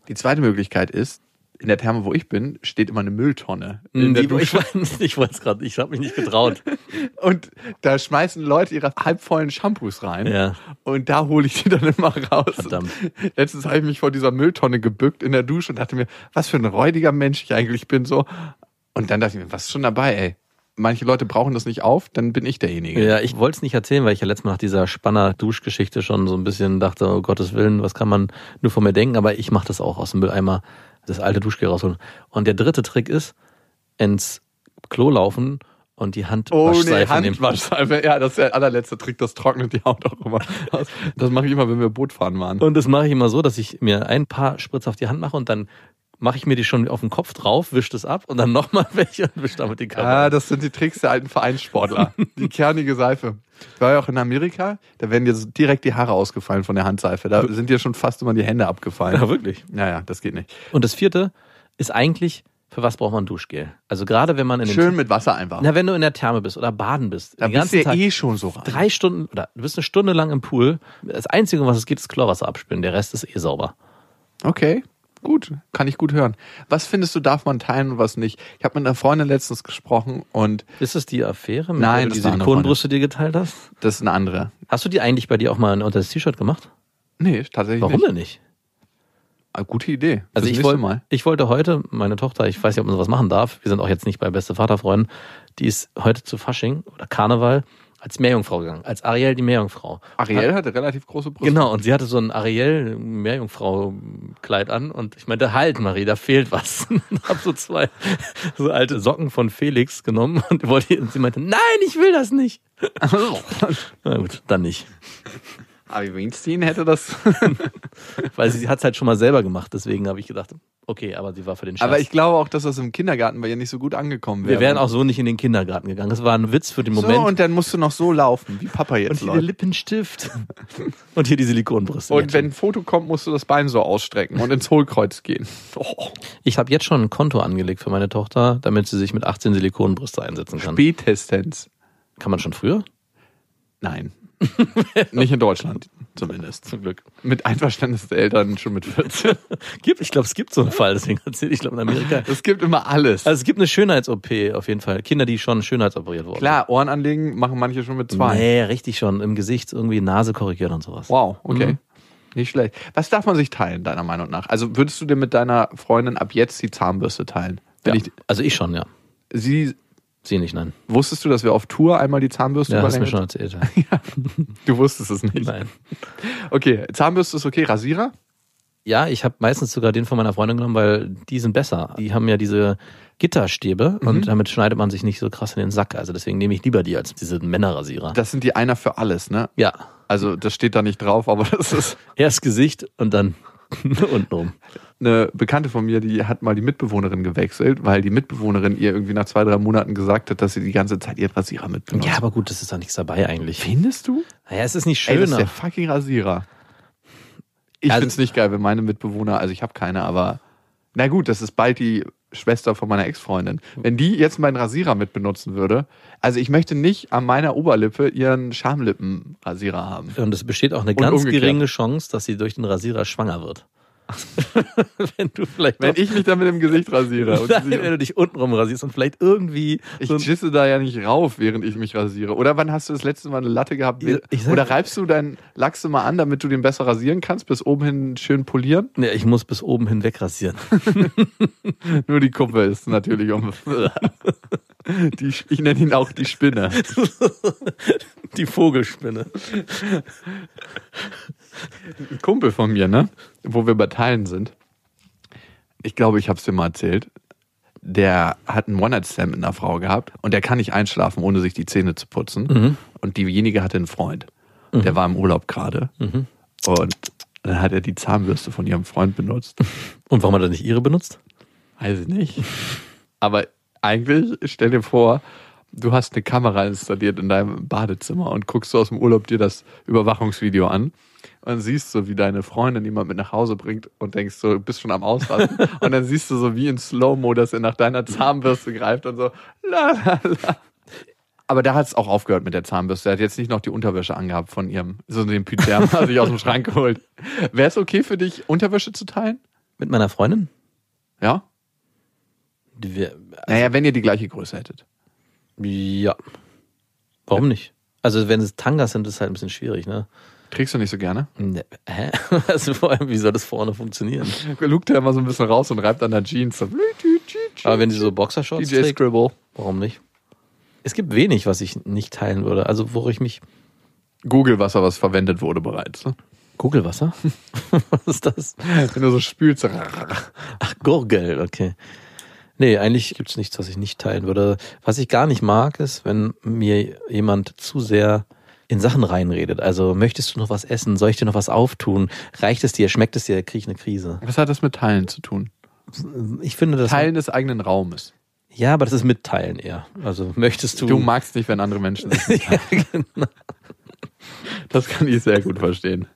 [SPEAKER 3] die zweite Möglichkeit ist, in der Therme, wo ich bin, steht immer eine Mülltonne in der
[SPEAKER 4] Mm, Die- ich
[SPEAKER 3] Dusche.
[SPEAKER 4] weiß- ich wollte es gerade, ich habe mich nicht getraut.
[SPEAKER 3] Und da schmeißen Leute ihre halbvollen Shampoos rein.
[SPEAKER 4] Ja.
[SPEAKER 3] Und da hole ich die dann immer raus.
[SPEAKER 4] Verdammt.
[SPEAKER 3] Und Letztens habe ich mich vor dieser Mülltonne gebückt in der Dusche und dachte mir, was für ein räudiger Mensch ich eigentlich bin. so. Und dann dachte ich mir, was ist schon dabei, ey? Manche Leute brauchen das nicht auf, dann bin ich derjenige.
[SPEAKER 4] Ja, ich wollte es nicht erzählen, weil ich ja letztes Mal nach dieser Spanner-Duschgeschichte schon so ein bisschen dachte, oh Gottes Willen, was kann man nur von mir denken, aber ich mache das auch aus dem Mülleimer, das alte Duschgel rausholen. Und der dritte Trick ist, ins Klo laufen und die Hand
[SPEAKER 3] Oh nee,
[SPEAKER 4] Waschseife nehmen.
[SPEAKER 3] Handwaschseife. Ja, das ist der allerletzte Trick, das trocknet die Haut auch immer aus. Das mache ich immer, wenn wir Boot fahren waren.
[SPEAKER 4] Und das mache ich immer so, dass ich mir ein paar Spritzer auf die Hand mache und dann mache ich mir die schon auf den Kopf drauf, wisch das ab und dann nochmal welche und wisch damit die Körper.
[SPEAKER 3] Ah, das sind die Tricks der alten Vereinssportler. Die kernige Seife. Ich war ja auch in Amerika, da werden dir so direkt die Haare ausgefallen von der Handseife. Da sind dir schon fast immer die Hände abgefallen.
[SPEAKER 4] ja, wirklich.
[SPEAKER 3] Naja, das geht nicht.
[SPEAKER 4] Und das vierte ist eigentlich, für was braucht man Duschgel? Also gerade wenn man in den-
[SPEAKER 3] Schön mit Wasser einfach.
[SPEAKER 4] na, wenn du in der Therme bist oder baden bist,
[SPEAKER 3] da
[SPEAKER 4] den
[SPEAKER 3] bist
[SPEAKER 4] ganzen
[SPEAKER 3] du ja
[SPEAKER 4] Tag
[SPEAKER 3] eh schon so rein.
[SPEAKER 4] drei Stunden oder du bist eine Stunde lang im Pool. Das Einzige, um was es geht, ist Chlorwasser abspülen. Der Rest ist eh sauber.
[SPEAKER 3] Okay, gut, kann ich gut hören. Was findest du, darf man teilen und was nicht? Ich habe mit einer Freundin letztens gesprochen und
[SPEAKER 4] Ist das die Affäre, mit der du
[SPEAKER 3] Nein, das
[SPEAKER 4] die
[SPEAKER 3] war eine
[SPEAKER 4] Silikonbrüste dir geteilt hast?
[SPEAKER 3] das ist eine andere.
[SPEAKER 4] Hast du die eigentlich bei dir auch mal unter das T-Shirt gemacht?
[SPEAKER 3] Nee, tatsächlich
[SPEAKER 4] Warum
[SPEAKER 3] nicht.
[SPEAKER 4] denn nicht?
[SPEAKER 3] Ah, Gute Idee.
[SPEAKER 4] Also ich
[SPEAKER 3] Fürs nächste
[SPEAKER 4] wollte,
[SPEAKER 3] Mal.
[SPEAKER 4] ich wollte heute, meine Tochter, ich weiß nicht, ob man sowas machen darf, wir sind auch jetzt nicht bei Beste Vaterfreunden, die ist heute zu Fasching oder Karneval als Meerjungfrau gegangen, als Ariel die Meerjungfrau.
[SPEAKER 3] Ariel hatte relativ große Brüste.
[SPEAKER 4] Genau, und sie hatte so ein Ariel-Meerjungfrau-Kleid an und ich meinte, halt Marie, da fehlt was. Und hab so zwei so alte Socken von Felix genommen und wollte, und sie meinte, nein, ich will das nicht. Na gut, dann nicht.
[SPEAKER 3] Harvey Weinstein hätte das.
[SPEAKER 4] Weil sie hat es halt schon mal selber gemacht, deswegen habe ich gedacht, okay, aber sie war für den Scherz.
[SPEAKER 3] Aber ich glaube auch, dass das im Kindergarten bei ihr nicht so gut angekommen wäre.
[SPEAKER 4] Wir wären auch so nicht in den Kindergarten gegangen. Das war ein Witz für den Moment.
[SPEAKER 3] So, und dann musst du noch so laufen, wie Papa jetzt
[SPEAKER 4] und hier der
[SPEAKER 3] läuft.
[SPEAKER 4] Lippenstift. und hier die Silikonbrüste.
[SPEAKER 3] Und wenn ein Foto kommt, musst du das Bein so ausstrecken und ins Hohlkreuz gehen.
[SPEAKER 4] ich habe jetzt schon ein Konto angelegt für meine Tochter, damit sie sich mit 18 Silikonbrüste einsetzen kann.
[SPEAKER 3] Spätestens.
[SPEAKER 4] Kann man schon früher?
[SPEAKER 3] Nein. nicht in Deutschland, zumindest. Zum Glück. Mit Einverständnis der Eltern schon mit 14.
[SPEAKER 4] Gibt, ich glaube, es gibt so einen Fall, deswegen erzähle ich, glaube in Amerika.
[SPEAKER 3] Es gibt immer alles.
[SPEAKER 4] Also es gibt eine Schönheits-OP auf jeden Fall. Kinder, die schon schönheitsoperiert wurden.
[SPEAKER 3] Klar, Ohren anlegen machen manche schon mit zwei.
[SPEAKER 4] Nee, richtig schon. Im Gesicht irgendwie Nase korrigiert und sowas.
[SPEAKER 3] Wow, okay.
[SPEAKER 4] Mhm.
[SPEAKER 3] Nicht schlecht. Was darf man sich teilen, deiner Meinung nach? Also würdest du dir mit deiner Freundin ab jetzt die Zahnbürste teilen?
[SPEAKER 4] Ja.
[SPEAKER 3] Wenn ich,
[SPEAKER 4] also ich schon, ja.
[SPEAKER 3] sie,
[SPEAKER 4] Sie nicht, nein.
[SPEAKER 3] wusstest du, dass wir auf Tour einmal die Zahnbürste
[SPEAKER 4] Ja, hast du mir
[SPEAKER 3] überlängert-
[SPEAKER 4] schon erzählt. ja.
[SPEAKER 3] Du wusstest es nicht.
[SPEAKER 4] nein.
[SPEAKER 3] Okay, Zahnbürste ist okay, Rasierer?
[SPEAKER 4] Ja, ich habe meistens sogar den von meiner Freundin genommen, weil die sind besser. Die haben ja diese Gitterstäbe und damit schneidet man sich nicht so krass in den Sack. Also deswegen nehme ich lieber die als diese Männerrasierer.
[SPEAKER 3] Das sind die einer für alles, ne?
[SPEAKER 4] ja,
[SPEAKER 3] Also das steht da nicht drauf, aber das ist
[SPEAKER 4] erst Gesicht und dann untenrum.
[SPEAKER 3] eine Bekannte von mir, die hat mal die Mitbewohnerin gewechselt, weil die Mitbewohnerin ihr irgendwie nach zwei, drei Monaten gesagt hat, dass sie die ganze Zeit ihren Rasierer mitbenutzt.
[SPEAKER 4] Ja, aber gut, das ist da nichts dabei eigentlich.
[SPEAKER 3] findest du?
[SPEAKER 4] Naja, es ist nicht
[SPEAKER 3] Ey, das ist
[SPEAKER 4] schöner.
[SPEAKER 3] der fucking Rasierer. Ich
[SPEAKER 4] Also-
[SPEAKER 3] find's nicht geil, wenn meine Mitbewohner, also ich habe keine, aber na gut, das ist bald die Schwester von meiner Ex-Freundin. Wenn die jetzt meinen Rasierer mitbenutzen würde, also ich möchte nicht an meiner Oberlippe ihren Schamlippenrasierer haben.
[SPEAKER 4] und es besteht auch eine
[SPEAKER 3] Und
[SPEAKER 4] ganz
[SPEAKER 3] umgekehrt.
[SPEAKER 4] geringe Chance, dass sie durch den Rasierer schwanger wird. wenn du vielleicht
[SPEAKER 3] Wenn ich mich damit im Gesicht rasiere. Und
[SPEAKER 4] Nein,
[SPEAKER 3] sie, um,
[SPEAKER 4] wenn du dich untenrum rasierst und vielleicht irgendwie
[SPEAKER 3] ich
[SPEAKER 4] so ein
[SPEAKER 3] schisse da ja nicht rauf, während ich mich rasiere. Oder wann hast du das letzte Mal eine Latte gehabt?
[SPEAKER 4] Ich- ich sag-
[SPEAKER 3] Oder reibst du deinen Lachs immer an, damit du den besser rasieren kannst, bis oben hin schön polieren?
[SPEAKER 4] Nee, ich muss bis oben hinweg rasieren.
[SPEAKER 3] Nur die Kuppe ist natürlich um. die, ich nenne ihn auch die Spinne.
[SPEAKER 4] Die Vogelspinne.
[SPEAKER 3] Ein Kumpel von mir, ne? Wo wir bei Teilen sind. Ich glaube, ich habe es dir mal erzählt. Der hat einen One-Night-Stand mit einer Frau gehabt und der kann nicht einschlafen, ohne sich die Zähne zu putzen. Und diejenige hatte einen Freund. Der war im Urlaub gerade. Und dann hat er die Zahnbürste von ihrem Freund benutzt.
[SPEAKER 4] Und warum hat er nicht ihre benutzt?
[SPEAKER 3] Weiß ich nicht. Aber eigentlich, stell dir vor, du hast eine Kamera installiert in deinem Badezimmer und guckst so aus dem Urlaub dir das Überwachungsvideo an und siehst so, wie deine Freundin jemand mit nach Hause bringt und denkst so, bist schon am Ausrasten. und dann siehst du so wie in Slow-Mo, dass er nach deiner Zahnbürste greift und so, la, la, la. Aber da hat es auch aufgehört mit der Zahnbürste. Er hat jetzt nicht noch die Unterwäsche angehabt von ihrem, so den Pyjama sich aus dem Schrank geholt. Wäre es okay für dich, Unterwäsche zu teilen?
[SPEAKER 4] Mit meiner Freundin?
[SPEAKER 3] Ja?
[SPEAKER 4] Die wir,
[SPEAKER 3] Naja, wenn ihr die gleiche Größe hättet.
[SPEAKER 4] ja. Warum nicht? Also wenn es Tangas sind, ist halt ein bisschen schwierig, ne?
[SPEAKER 3] Trägst du nicht so gerne?
[SPEAKER 4] Ne, Hä? Also vor allem, wie soll das vorne funktionieren?
[SPEAKER 3] Lugt er immer so ein bisschen raus und reibt an der Jeans. So. Ah,
[SPEAKER 4] Aber wenn sie so Boxershorts
[SPEAKER 3] DJ
[SPEAKER 4] trägt,
[SPEAKER 3] Scribble.
[SPEAKER 4] warum nicht? Es gibt wenig, was ich nicht teilen würde. Also wo ich mich...
[SPEAKER 3] Google-Wasser, was verwendet wurde bereits. Ne?
[SPEAKER 4] Gurgelwasser? was ist das?
[SPEAKER 3] Wenn du so spülst.
[SPEAKER 4] Ach, Gurgel, okay. Nee, eigentlich gibt's nichts, was ich nicht teilen würde. Was ich gar nicht mag, ist, wenn mir jemand zu sehr in Sachen reinredet. Also, möchtest du noch was essen? Soll ich dir noch was auftun? Reicht es dir? Schmeckt es dir? Krieg ich eine Krise?
[SPEAKER 3] Was hat das mit Teilen zu tun?
[SPEAKER 4] Ich finde das.
[SPEAKER 3] Teilen des eigenen Raumes.
[SPEAKER 4] Ja, aber das ist mitteilen eher. Also, möchtest du.
[SPEAKER 3] Du magst nicht, wenn andere Menschen sich nicht teilen. Das kann ich sehr gut verstehen.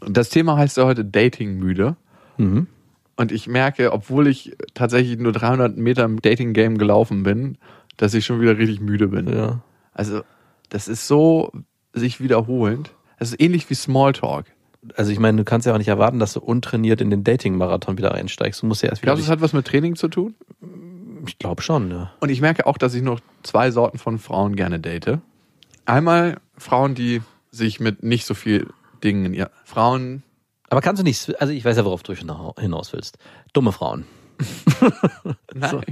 [SPEAKER 3] Und Das Thema heißt ja heute Dating müde.
[SPEAKER 4] Mhm.
[SPEAKER 3] Und ich merke, obwohl ich tatsächlich nur 300 Meter im Dating-Game gelaufen bin, dass ich schon wieder richtig müde bin.
[SPEAKER 4] Ja.
[SPEAKER 3] Also, das ist so sich wiederholend. Das ist ähnlich wie Smalltalk.
[SPEAKER 4] Also, ich meine, du kannst ja auch nicht erwarten, dass du untrainiert in den Dating-Marathon wieder einsteigst. Du musst ja erst wieder.
[SPEAKER 3] Glaubst du, es hat was mit Training zu tun?
[SPEAKER 4] ich glaube schon, ja.
[SPEAKER 3] Und ich merke auch, dass ich noch zwei Sorten von Frauen gerne date. Einmal Frauen, die sich mit nicht so viel Dingen in ihr. Frauen.
[SPEAKER 4] Aber kannst du nicht, also ich weiß ja, worauf du hina- hinaus willst. Dumme Frauen.
[SPEAKER 3] Nein.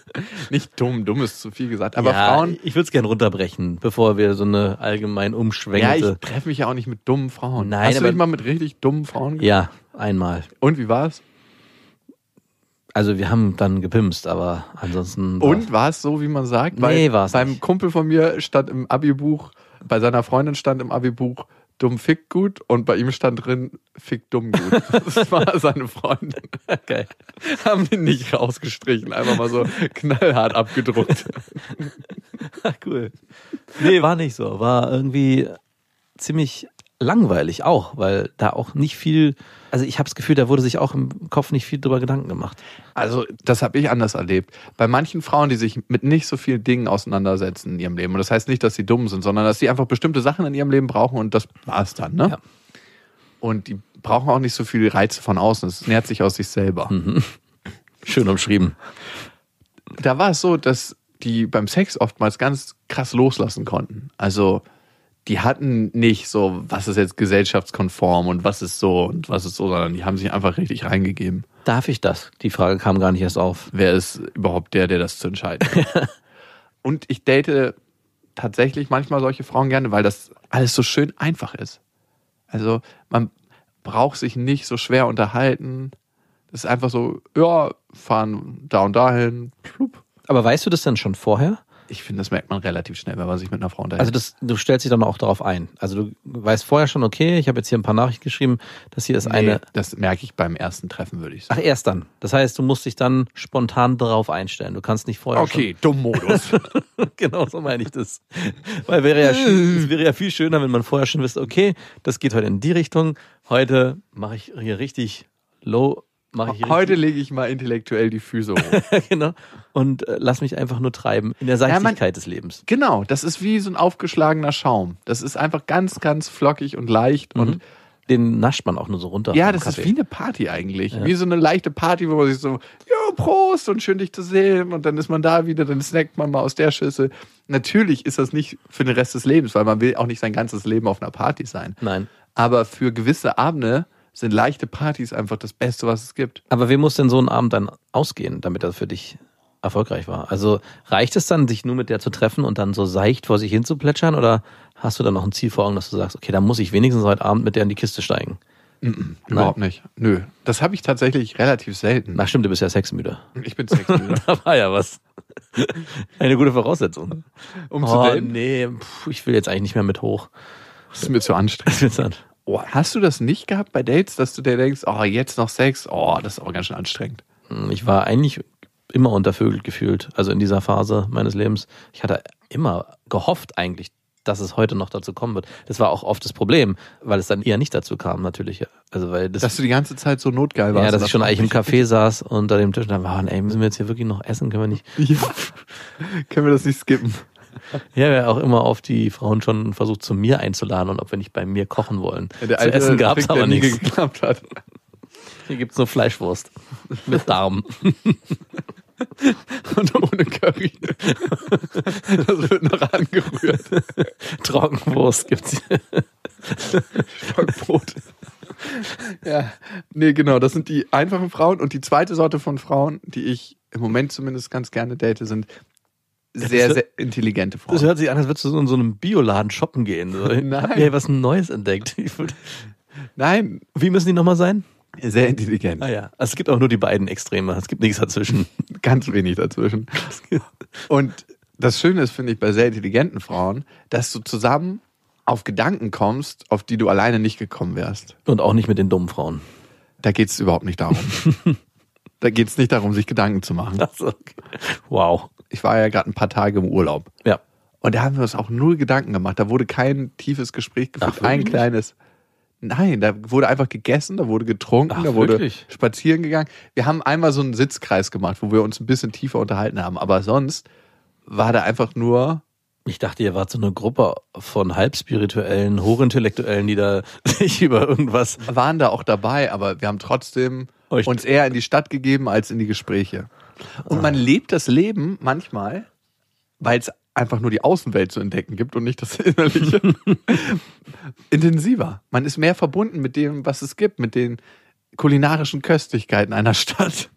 [SPEAKER 3] Nicht dumm, dumm ist zu viel gesagt. Aber
[SPEAKER 4] ja,
[SPEAKER 3] Frauen.
[SPEAKER 4] Ich würde es gerne runterbrechen, bevor wir so eine allgemein
[SPEAKER 3] Ja, ich
[SPEAKER 4] umschwenkende.
[SPEAKER 3] also, treffe mich ja auch nicht mit dummen Frauen.
[SPEAKER 4] Nein,
[SPEAKER 3] Hast du
[SPEAKER 4] aber-
[SPEAKER 3] dich mal mit richtig dummen Frauen ge-
[SPEAKER 4] Ja, einmal.
[SPEAKER 3] Und wie war's?
[SPEAKER 4] Also wir haben dann gepimst, aber ansonsten. war-
[SPEAKER 3] Und war es so, wie man sagt?
[SPEAKER 4] Nee, war's
[SPEAKER 3] Beim
[SPEAKER 4] nicht.
[SPEAKER 3] Kumpel von mir stand im Abibuch bei seiner Freundin stand im Abi-Buch dumm fick gut und bei ihm stand drin fick dumm gut. Das war seine Freundin.
[SPEAKER 4] Geil.
[SPEAKER 3] Haben ihn nicht rausgestrichen, einfach mal so knallhart abgedruckt.
[SPEAKER 4] cool. Nee, war nicht so. War irgendwie ziemlich langweilig auch, weil da auch nicht viel, also ich habe das Gefühl, da wurde sich auch im Kopf nicht viel drüber Gedanken gemacht.
[SPEAKER 3] Also, das habe ich anders erlebt. Bei manchen Frauen, die sich mit nicht so vielen Dingen auseinandersetzen in ihrem Leben, und das heißt nicht, dass sie dumm sind, sondern dass sie einfach bestimmte Sachen in ihrem Leben brauchen und das war's dann, ne?
[SPEAKER 4] Ja.
[SPEAKER 3] Und die brauchen auch nicht so viele Reize von außen. Es nährt sich aus sich selber.
[SPEAKER 4] Schön umschrieben.
[SPEAKER 3] Da war es so, dass die beim Sex oftmals ganz krass loslassen konnten. Also, die hatten nicht so, was ist jetzt gesellschaftskonform und was ist so und was ist so, sondern die haben sich einfach richtig reingegeben.
[SPEAKER 4] Darf ich das? Die Frage kam gar nicht erst auf.
[SPEAKER 3] wer ist überhaupt der, der das zu entscheiden hat. Und ich date tatsächlich manchmal solche Frauen gerne, weil das alles so schön einfach ist. Also man braucht sich nicht so schwer unterhalten. Das ist einfach so, ja, fahren da und dahin. Plupp.
[SPEAKER 4] Aber weißt du das denn schon vorher?
[SPEAKER 3] Ich finde, das merkt man relativ schnell, wenn man sich mit einer Frau unterhält.
[SPEAKER 4] Also das, du stellst dich dann auch darauf ein. Also du weißt vorher schon, okay, ich habe jetzt hier ein paar Nachrichten geschrieben, das hier ist eine.
[SPEAKER 3] nee, das merke ich beim ersten Treffen, würde ich
[SPEAKER 4] Ach,
[SPEAKER 3] sagen.
[SPEAKER 4] erst dann. Das heißt, du musst dich dann spontan darauf einstellen. Du kannst nicht vorher schon
[SPEAKER 3] Okay, dumm Modus.
[SPEAKER 4] genau so meine ich das. Weil wäre ja, schön- es wäre ja viel schöner, wenn man vorher schon wüsste, okay, das geht heute in die Richtung. Heute mache ich hier richtig low, mache ich hier
[SPEAKER 3] Heute lege ich mal intellektuell die Füße hoch.
[SPEAKER 4] richtig, genau, und äh, lass mich einfach nur treiben in der
[SPEAKER 3] man-
[SPEAKER 4] Seichtigkeit des Lebens.
[SPEAKER 3] Genau, das ist wie so ein aufgeschlagener Schaum. Das ist einfach ganz, ganz flockig und leicht und
[SPEAKER 4] Den nascht man auch nur so runter.
[SPEAKER 3] ja,
[SPEAKER 4] vom
[SPEAKER 3] das ist
[SPEAKER 4] Mhm. Kaffee.
[SPEAKER 3] wie eine Party eigentlich. Wie so eine leichte Party, wo man sich so, ja, Prost und schön dich zu sehen und dann ist man da wieder, dann snackt man mal aus der Schüssel. Natürlich ist das nicht für den Rest des Lebens, weil man will auch nicht sein ganzes Leben auf einer Party sein.
[SPEAKER 4] Nein.
[SPEAKER 3] Aber für gewisse Abende sind leichte Partys einfach das Beste, was es gibt.
[SPEAKER 4] Aber wem muss denn so ein Abend dann ausgehen, damit das für dich erfolgreich war? Also reicht es dann, sich nur mit der zu treffen und dann so seicht vor sich hin zu plätschern? Oder hast du dann noch ein Ziel vor Augen, dass du sagst, okay, dann muss ich wenigstens heute Abend mit der in die Kiste steigen?
[SPEAKER 3] Überhaupt nicht. Nö. Das habe ich tatsächlich relativ selten.
[SPEAKER 4] Na stimmt, du bist ja sexmüde.
[SPEAKER 3] Ich bin ne? sexuell.
[SPEAKER 4] Da war ja was. Eine gute Voraussetzung.
[SPEAKER 3] um zu
[SPEAKER 4] Oh
[SPEAKER 3] daten,
[SPEAKER 4] nee, pf, ich will jetzt eigentlich nicht mehr mit hoch.
[SPEAKER 3] das ist mir zu anstrengend.
[SPEAKER 4] Was willst du dann?
[SPEAKER 3] Oh, hast du das nicht gehabt bei Dates, dass du dir denkst, oh, jetzt noch Sex? Oh, das ist aber ganz schön anstrengend.
[SPEAKER 4] Hm, Ich war eigentlich immer untervögelt gefühlt, also in dieser Phase meines Lebens. Ich hatte immer gehofft eigentlich, dass es heute noch dazu kommen wird. Das war auch oft das Problem, weil es dann eher nicht dazu kam natürlich. Also weil das,
[SPEAKER 3] Dass du die ganze Zeit so notgeil warst.
[SPEAKER 4] ja, dass ich schon eigentlich im Café saß unter dem Tisch und dann war, ey, müssen wir jetzt hier wirklich noch essen, können wir nicht.
[SPEAKER 3] Ja. Können wir das nicht skippen?
[SPEAKER 4] Ich habe ja auch immer auf die Frauen schon versucht, zu mir einzuladen und ob wir nicht bei mir kochen wollen. zu essen gab es
[SPEAKER 3] Trick, der
[SPEAKER 4] aber
[SPEAKER 3] nie
[SPEAKER 4] nichts.
[SPEAKER 3] geklappt hat.
[SPEAKER 4] Hier gibt's nur Fleischwurst mit Darm.
[SPEAKER 3] Und ohne Curry. Das wird noch angerührt.
[SPEAKER 4] Trockenwurst gibt's.
[SPEAKER 3] Stockbrot. Ja, nee, genau. Das sind die einfachen Frauen. Und die zweite Sorte von Frauen, die ich im Moment zumindest ganz gerne date, sind sehr,
[SPEAKER 4] ist-
[SPEAKER 3] sehr intelligente Frauen.
[SPEAKER 4] Das hört sich an, als würdest du so in so einem Bioladen shoppen gehen. So, ich
[SPEAKER 3] Nein.
[SPEAKER 4] hab hier was Neues entdeckt. Ich würd-
[SPEAKER 3] Nein,
[SPEAKER 4] Wie müssen die nochmal sein?
[SPEAKER 3] sehr intelligent.
[SPEAKER 4] Ah ja, es gibt auch nur die beiden Extreme. Es gibt nichts dazwischen.
[SPEAKER 3] ganz wenig dazwischen. Und das Schöne ist, finde ich, bei sehr intelligenten Frauen, dass du zusammen auf Gedanken kommst, auf die du alleine nicht gekommen wärst.
[SPEAKER 4] Und auch nicht mit den dummen Frauen.
[SPEAKER 3] Da geht es überhaupt nicht darum. da geht es nicht darum, sich Gedanken zu machen.
[SPEAKER 4] Das, okay. Wow.
[SPEAKER 3] Ich war ja gerade ein paar Tage im Urlaub.
[SPEAKER 4] Ja.
[SPEAKER 3] Und da haben wir uns auch null Gedanken gemacht. Da wurde kein tiefes Gespräch geführt.
[SPEAKER 4] Ach,
[SPEAKER 3] ein
[SPEAKER 4] wirklich?
[SPEAKER 3] kleines. Nein, da wurde einfach gegessen, da wurde getrunken,
[SPEAKER 4] Ach,
[SPEAKER 3] da wurde
[SPEAKER 4] wirklich?
[SPEAKER 3] spazieren gegangen. Wir haben einmal so einen Sitzkreis gemacht, wo wir uns ein bisschen tiefer unterhalten haben. Aber sonst war da einfach nur
[SPEAKER 4] Ich dachte, ihr wart so eine Gruppe von halbspirituellen, hochintellektuellen, die da sich über irgendwas.
[SPEAKER 3] waren da auch dabei, aber wir haben trotzdem
[SPEAKER 4] Euch-
[SPEAKER 3] uns eher in die Stadt gegeben als in die Gespräche. Und man lebt das Leben manchmal, weil es einfach nur die Außenwelt zu entdecken gibt und nicht das Innerliche. Intensiver. Man ist mehr verbunden mit dem, was es gibt, mit den kulinarischen Köstlichkeiten einer Stadt,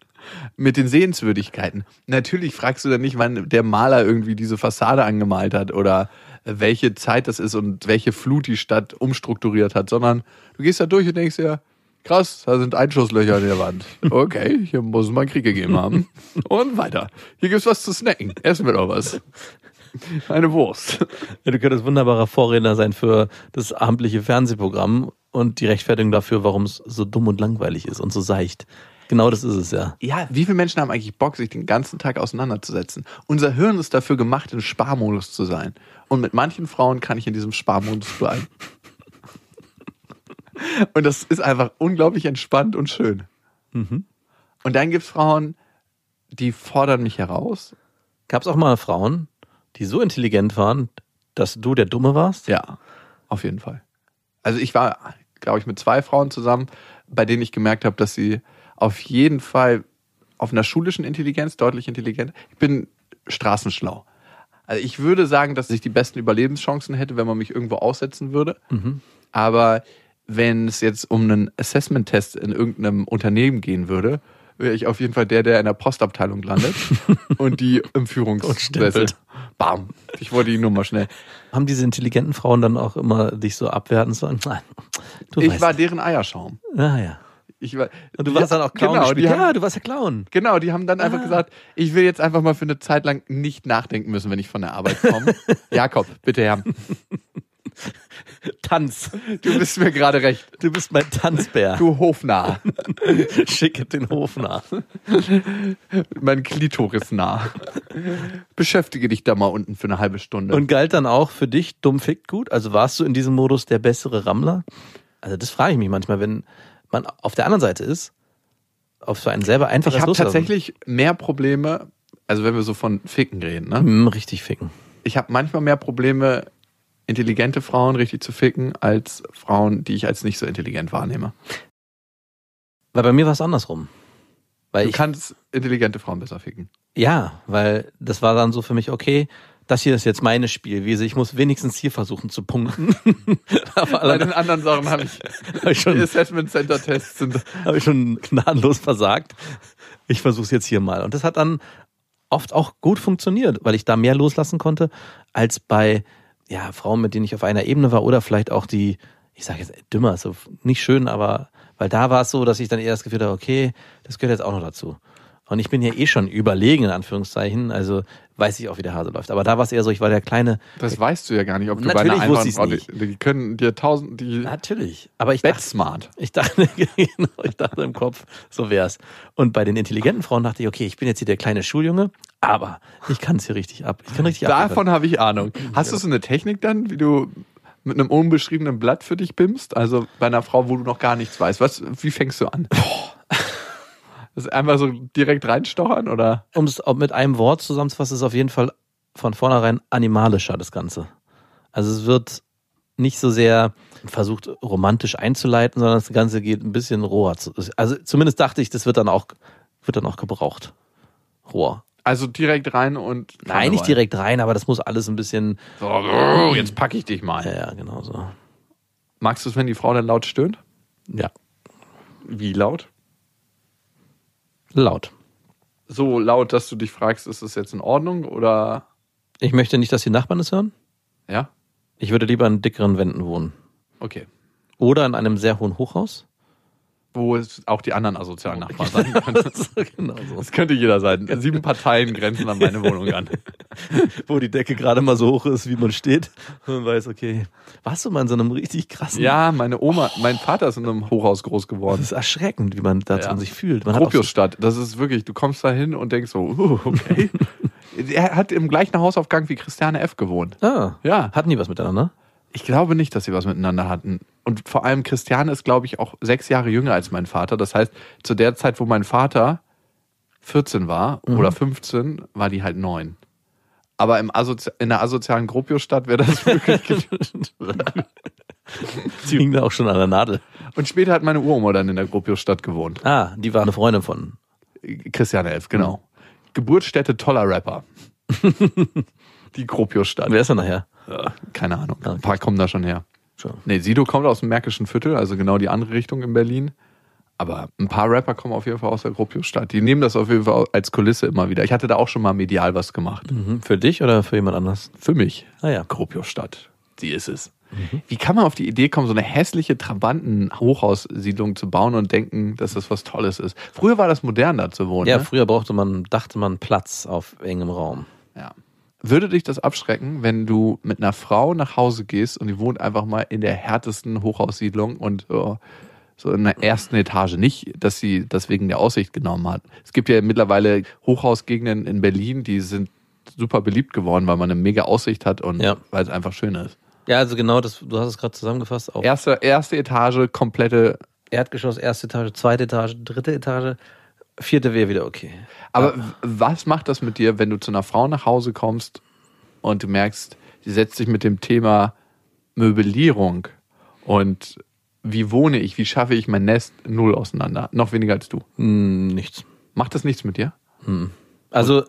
[SPEAKER 3] mit den Sehenswürdigkeiten. Natürlich fragst du dann nicht, wann der Maler irgendwie diese Fassade angemalt hat oder welche Zeit das ist und welche Flut die Stadt umstrukturiert hat, sondern du gehst da durch und denkst dir, krass, da sind Einschusslöcher in der Wand. Okay, hier muss es mal einen Krieg gegeben haben. Und weiter. Hier gibt's was zu snacken. Essen wir doch was. Eine Wurst.
[SPEAKER 4] Ja, du könntest wunderbarer Vorredner sein für das abendliche Fernsehprogramm und die Rechtfertigung dafür, warum es so dumm und langweilig ist und so seicht. Genau das ist es ja.
[SPEAKER 3] Ja, wie viele Menschen haben eigentlich Bock, sich den ganzen Tag auseinanderzusetzen? Unser Hirn ist dafür gemacht, im Sparmodus zu sein. Und mit manchen Frauen kann ich in diesem Sparmodus bleiben. Und das ist einfach unglaublich entspannt und schön. Und dann gibt es Frauen, die fordern mich heraus.
[SPEAKER 4] Gab es auch mal Frauen, die so intelligent waren, dass du der Dumme warst?
[SPEAKER 3] Ja, auf jeden Fall. Also ich war, glaube ich, mit zwei Frauen zusammen, bei denen ich gemerkt habe, dass sie auf jeden Fall auf einer schulischen Intelligenz deutlich intelligent. Ich bin straßenschlau. Also ich würde sagen, dass ich die besten Überlebenschancen hätte, wenn man mich irgendwo aussetzen würde. Aber wenn es jetzt um einen Assessment-Test in irgendeinem Unternehmen gehen würde, wäre ich auf jeden Fall der, der in der Postabteilung landet und die im Führungssessel.
[SPEAKER 4] stempelt.
[SPEAKER 3] Bam. Ich wollte die Nummer schnell.
[SPEAKER 4] Haben diese intelligenten Frauen dann auch immer dich so abwerten sollen? Nein, du
[SPEAKER 3] ich
[SPEAKER 4] weißt.
[SPEAKER 3] war deren Eierschaum.
[SPEAKER 4] ah, ja.
[SPEAKER 3] Ich war,
[SPEAKER 4] Und du warst
[SPEAKER 3] Ja,
[SPEAKER 4] dann auch Clown.
[SPEAKER 3] Genau die,
[SPEAKER 4] gespielt.
[SPEAKER 3] haben,
[SPEAKER 4] ja, du warst ja Clown.
[SPEAKER 3] genau, die haben dann einfach
[SPEAKER 4] Ah.
[SPEAKER 3] gesagt, ich will jetzt einfach mal für eine Zeit lang nicht nachdenken müssen, wenn ich von der Arbeit komme. Jakob, bitte Herr,
[SPEAKER 4] Tanz.
[SPEAKER 3] du bist mir gerade recht.
[SPEAKER 4] Du bist mein Tanzbär.
[SPEAKER 3] Du Hofnarr.
[SPEAKER 4] Schicke den Hof nach.
[SPEAKER 3] Mein Klitorisnarr. Beschäftige dich da mal unten für eine halbe Stunde.
[SPEAKER 4] Und galt dann auch für dich dumm fickt gut? Also warst du in diesem Modus der bessere Rammler? Also das frage ich mich manchmal, wenn man auf der anderen Seite ist, auf so einen selber einfaches
[SPEAKER 3] ich habe
[SPEAKER 4] Loslassen.
[SPEAKER 3] tatsächlich mehr Probleme, also wenn wir so von Ficken reden, ne?
[SPEAKER 4] Hm, richtig ficken.
[SPEAKER 3] ich habe manchmal mehr Probleme, intelligente Frauen richtig zu ficken, als Frauen, die ich als nicht so intelligent wahrnehme.
[SPEAKER 4] Weil bei mir war es andersrum. Weil
[SPEAKER 3] Du
[SPEAKER 4] ich,
[SPEAKER 3] kannst intelligente Frauen besser ficken.
[SPEAKER 4] ja, weil das war dann so für mich, okay, das hier ist jetzt meine Spielwiese. Ich muss wenigstens hier versuchen zu punkten. Aber
[SPEAKER 3] Bei
[SPEAKER 4] alle
[SPEAKER 3] den anderen Sachen habe ich,
[SPEAKER 4] hab ich schon
[SPEAKER 3] die Assessment Center Tests sind.
[SPEAKER 4] habe ich schon gnadenlos versagt. Ich versuche es jetzt hier mal. Und das hat dann oft auch gut funktioniert, weil ich da mehr loslassen konnte als bei ja, Frauen, mit denen ich auf einer Ebene war oder vielleicht auch die, ich sage jetzt dümmer, so nicht schön, aber weil da war es so, dass ich dann eher das Gefühl hatte, okay, das gehört jetzt auch noch dazu. Und ich bin ja eh schon überlegen, in Anführungszeichen, also weiß ich auch, wie der Hase läuft. Aber da war es eher so, ich war der kleine,
[SPEAKER 3] Das weißt du ja gar nicht, ob du bei
[SPEAKER 4] Natürlich
[SPEAKER 3] einer
[SPEAKER 4] wusste ich's
[SPEAKER 3] Einwanderung- die, die können dir tausend die
[SPEAKER 4] natürlich, aber ich
[SPEAKER 3] Bett
[SPEAKER 4] dachte,
[SPEAKER 3] smart.
[SPEAKER 4] Ich dachte, genau, ich dachte im Kopf, so wär's. Und bei den intelligenten Frauen dachte ich, okay, ich bin jetzt hier der kleine Schuljunge, aber ich kann es hier richtig ab. Ich kann richtig
[SPEAKER 3] Davon habe ich Ahnung. Hast du so eine Technik dann, wie du mit einem unbeschriebenen Blatt für dich bimst? Also bei einer Frau, wo du noch gar nichts weißt. Was, wie fängst du an? Das ist einfach so direkt reinstochern oder?
[SPEAKER 4] Um es mit einem Wort zusammenzufassen, ist auf jeden Fall von vornherein animalischer, das Ganze. Also es wird nicht so sehr versucht, romantisch einzuleiten, sondern das Ganze geht ein bisschen roher. zu- Also zumindest dachte ich, das wird dann auch, wird dann auch gebraucht. Roher.
[SPEAKER 3] Also direkt rein und.
[SPEAKER 4] Nein, nicht direkt rein, aber das muss alles ein bisschen,
[SPEAKER 3] So, oh, jetzt packe ich dich
[SPEAKER 4] ja,
[SPEAKER 3] mal.
[SPEAKER 4] ja, genau so.
[SPEAKER 3] Magst du es, wenn die Frau dann laut stöhnt?
[SPEAKER 4] Ja,
[SPEAKER 3] Wie laut?
[SPEAKER 4] laut.
[SPEAKER 3] So laut, dass du dich fragst, ist das jetzt in Ordnung oder?
[SPEAKER 4] Ich möchte nicht, dass die Nachbarn es hören.
[SPEAKER 3] Ja?
[SPEAKER 4] Ich würde lieber in dickeren Wänden wohnen.
[SPEAKER 3] Okay. Oder
[SPEAKER 4] Oder in einem sehr hohen Hochhaus.
[SPEAKER 3] wo es auch die anderen asozialen
[SPEAKER 4] Oh.
[SPEAKER 3] Nachbarn sein können. Also,
[SPEAKER 4] genau so.
[SPEAKER 3] Das könnte jeder sein. Sieben Parteien grenzen an meine Wohnung an.
[SPEAKER 4] Wo die Decke gerade mal so hoch ist, wie man steht. Und man weiß, okay, warst du mal in so einem richtig krassen...
[SPEAKER 3] Ja, meine Oma, mein Vater ist in einem Hochhaus groß geworden.
[SPEAKER 4] Das ist erschreckend, wie man dazu
[SPEAKER 3] Ja.
[SPEAKER 4] sich fühlt. Man hat auch so,
[SPEAKER 3] Gropiusstadt, das ist wirklich, du kommst da hin und denkst so, uh, okay. er hat im gleichen Hausaufgang wie Christiane F. gewohnt.
[SPEAKER 4] ah,
[SPEAKER 3] Ja.
[SPEAKER 4] hatten die was miteinander?
[SPEAKER 3] Ich glaube nicht, dass sie was miteinander hatten. Und vor allem Christiane ist, glaube ich, auch sechs Jahre jünger als mein Vater. Das heißt, zu der Zeit, wo mein Vater 14 war oder 15, war die halt neun. Aber im Asozi in der asozialen Gropiusstadt wäre das möglich gewesen.
[SPEAKER 4] Die hing da auch schon an der Nadel.
[SPEAKER 3] Und später hat meine Uroma dann in der Gropiusstadt gewohnt.
[SPEAKER 4] Ah, die war eine Freundin von.
[SPEAKER 3] Christiane Elf, genau. Geburtsstätte toller Rapper. Die Gropiusstadt.
[SPEAKER 4] Wer ist er nachher?
[SPEAKER 3] Keine Ahnung.
[SPEAKER 4] Okay.
[SPEAKER 3] Ein paar kommen da schon her.
[SPEAKER 4] Schon.
[SPEAKER 3] Nee, Sido kommt aus dem Märkischen Viertel, also genau die andere Richtung in Berlin. Aber ein paar Rapper kommen auf jeden Fall aus der Gropiusstadt. Die nehmen das auf jeden Fall als Kulisse immer wieder. Ich hatte da auch schon mal medial was gemacht.
[SPEAKER 4] Mhm. Für dich oder für jemand anders?
[SPEAKER 3] Für mich.
[SPEAKER 4] Ah ja. Mhm.
[SPEAKER 3] Gropiusstadt. Sie ist es. Wie kann man auf die Idee kommen, so eine hässliche Trabanten-Hochhaussiedlung zu bauen und denken, dass das was Tolles ist? Früher war das modern, da zu wohnen.
[SPEAKER 4] Ja,
[SPEAKER 3] ne?
[SPEAKER 4] früher brauchte man, dachte man Platz auf engem Raum.
[SPEAKER 3] ja. Würde dich das abschrecken, wenn du mit einer Frau nach Hause gehst und die wohnt einfach mal in der härtesten Hochhaussiedlung und oh, so in der ersten Etage? Nicht, dass sie das wegen der Aussicht genommen hat. Es gibt ja mittlerweile Hochhausgegenden in Berlin, die sind super beliebt geworden, weil man eine mega Aussicht hat und
[SPEAKER 4] Ja.
[SPEAKER 3] weil es einfach schön ist.
[SPEAKER 4] Ja, also genau, das, du hast es gerade zusammengefasst. Auch
[SPEAKER 3] Erste, erste Etage, komplette.
[SPEAKER 4] Erdgeschoss, erste Etage, zweite Etage, dritte Etage, vierte wäre wieder okay.
[SPEAKER 3] Aber w- was macht das mit dir, wenn du zu einer Frau nach Hause kommst und du merkst, sie setzt sich mit dem Thema Möbelierung und wie wohne ich, wie schaffe ich mein Nest null auseinander? Noch weniger als du.
[SPEAKER 4] Hm, nichts.
[SPEAKER 3] Macht das nichts mit dir?
[SPEAKER 4] Also,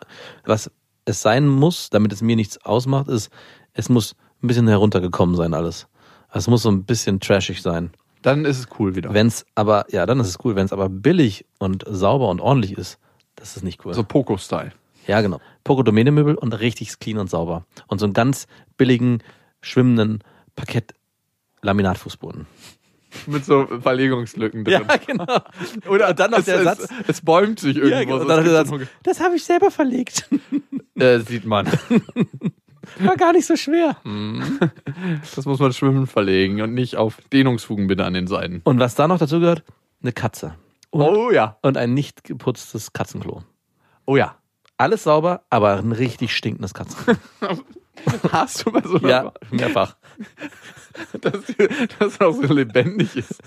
[SPEAKER 4] was es sein muss, damit es mir nichts ausmacht, ist, es muss ein bisschen heruntergekommen sein, alles. Also, Es muss so ein bisschen trashig sein.
[SPEAKER 3] Dann ist es cool wieder.
[SPEAKER 4] Wenn es aber, ja, dann ist es cool. Wenn es aber billig und sauber und ordentlich ist, das ist nicht cool.
[SPEAKER 3] so Poco-Style.
[SPEAKER 4] Ja, genau. Pokodomene-Möbel und richtig clean und sauber. Und so einen ganz billigen, schwimmenden Parkett-Laminatfußboden.
[SPEAKER 3] Mit so Verlegungslücken drin.
[SPEAKER 4] genau. Oder und dann noch
[SPEAKER 3] Es,
[SPEAKER 4] der
[SPEAKER 3] es,
[SPEAKER 4] Satz.
[SPEAKER 3] es bäumt sich irgendwo.
[SPEAKER 4] Ja, genau.
[SPEAKER 3] so,
[SPEAKER 4] Und dann noch
[SPEAKER 3] es
[SPEAKER 4] der
[SPEAKER 3] gibt
[SPEAKER 4] Satz das habe ich selber verlegt.
[SPEAKER 3] so- äh, sieht man.
[SPEAKER 4] War gar nicht so schwer.
[SPEAKER 3] Das muss man schwimmen verlegen und nicht auf Dehnungsfugen bitte an den Seiten.
[SPEAKER 4] Und was da noch dazu gehört, eine Katze. Und,
[SPEAKER 3] Oh ja.
[SPEAKER 4] und ein nicht geputztes Katzenklo.
[SPEAKER 3] Oh ja.
[SPEAKER 4] Alles sauber, aber ein richtig stinkendes Katzenklo.
[SPEAKER 3] Hast du mal so
[SPEAKER 4] ja, mehrfach.
[SPEAKER 3] dass das auch so lebendig ist.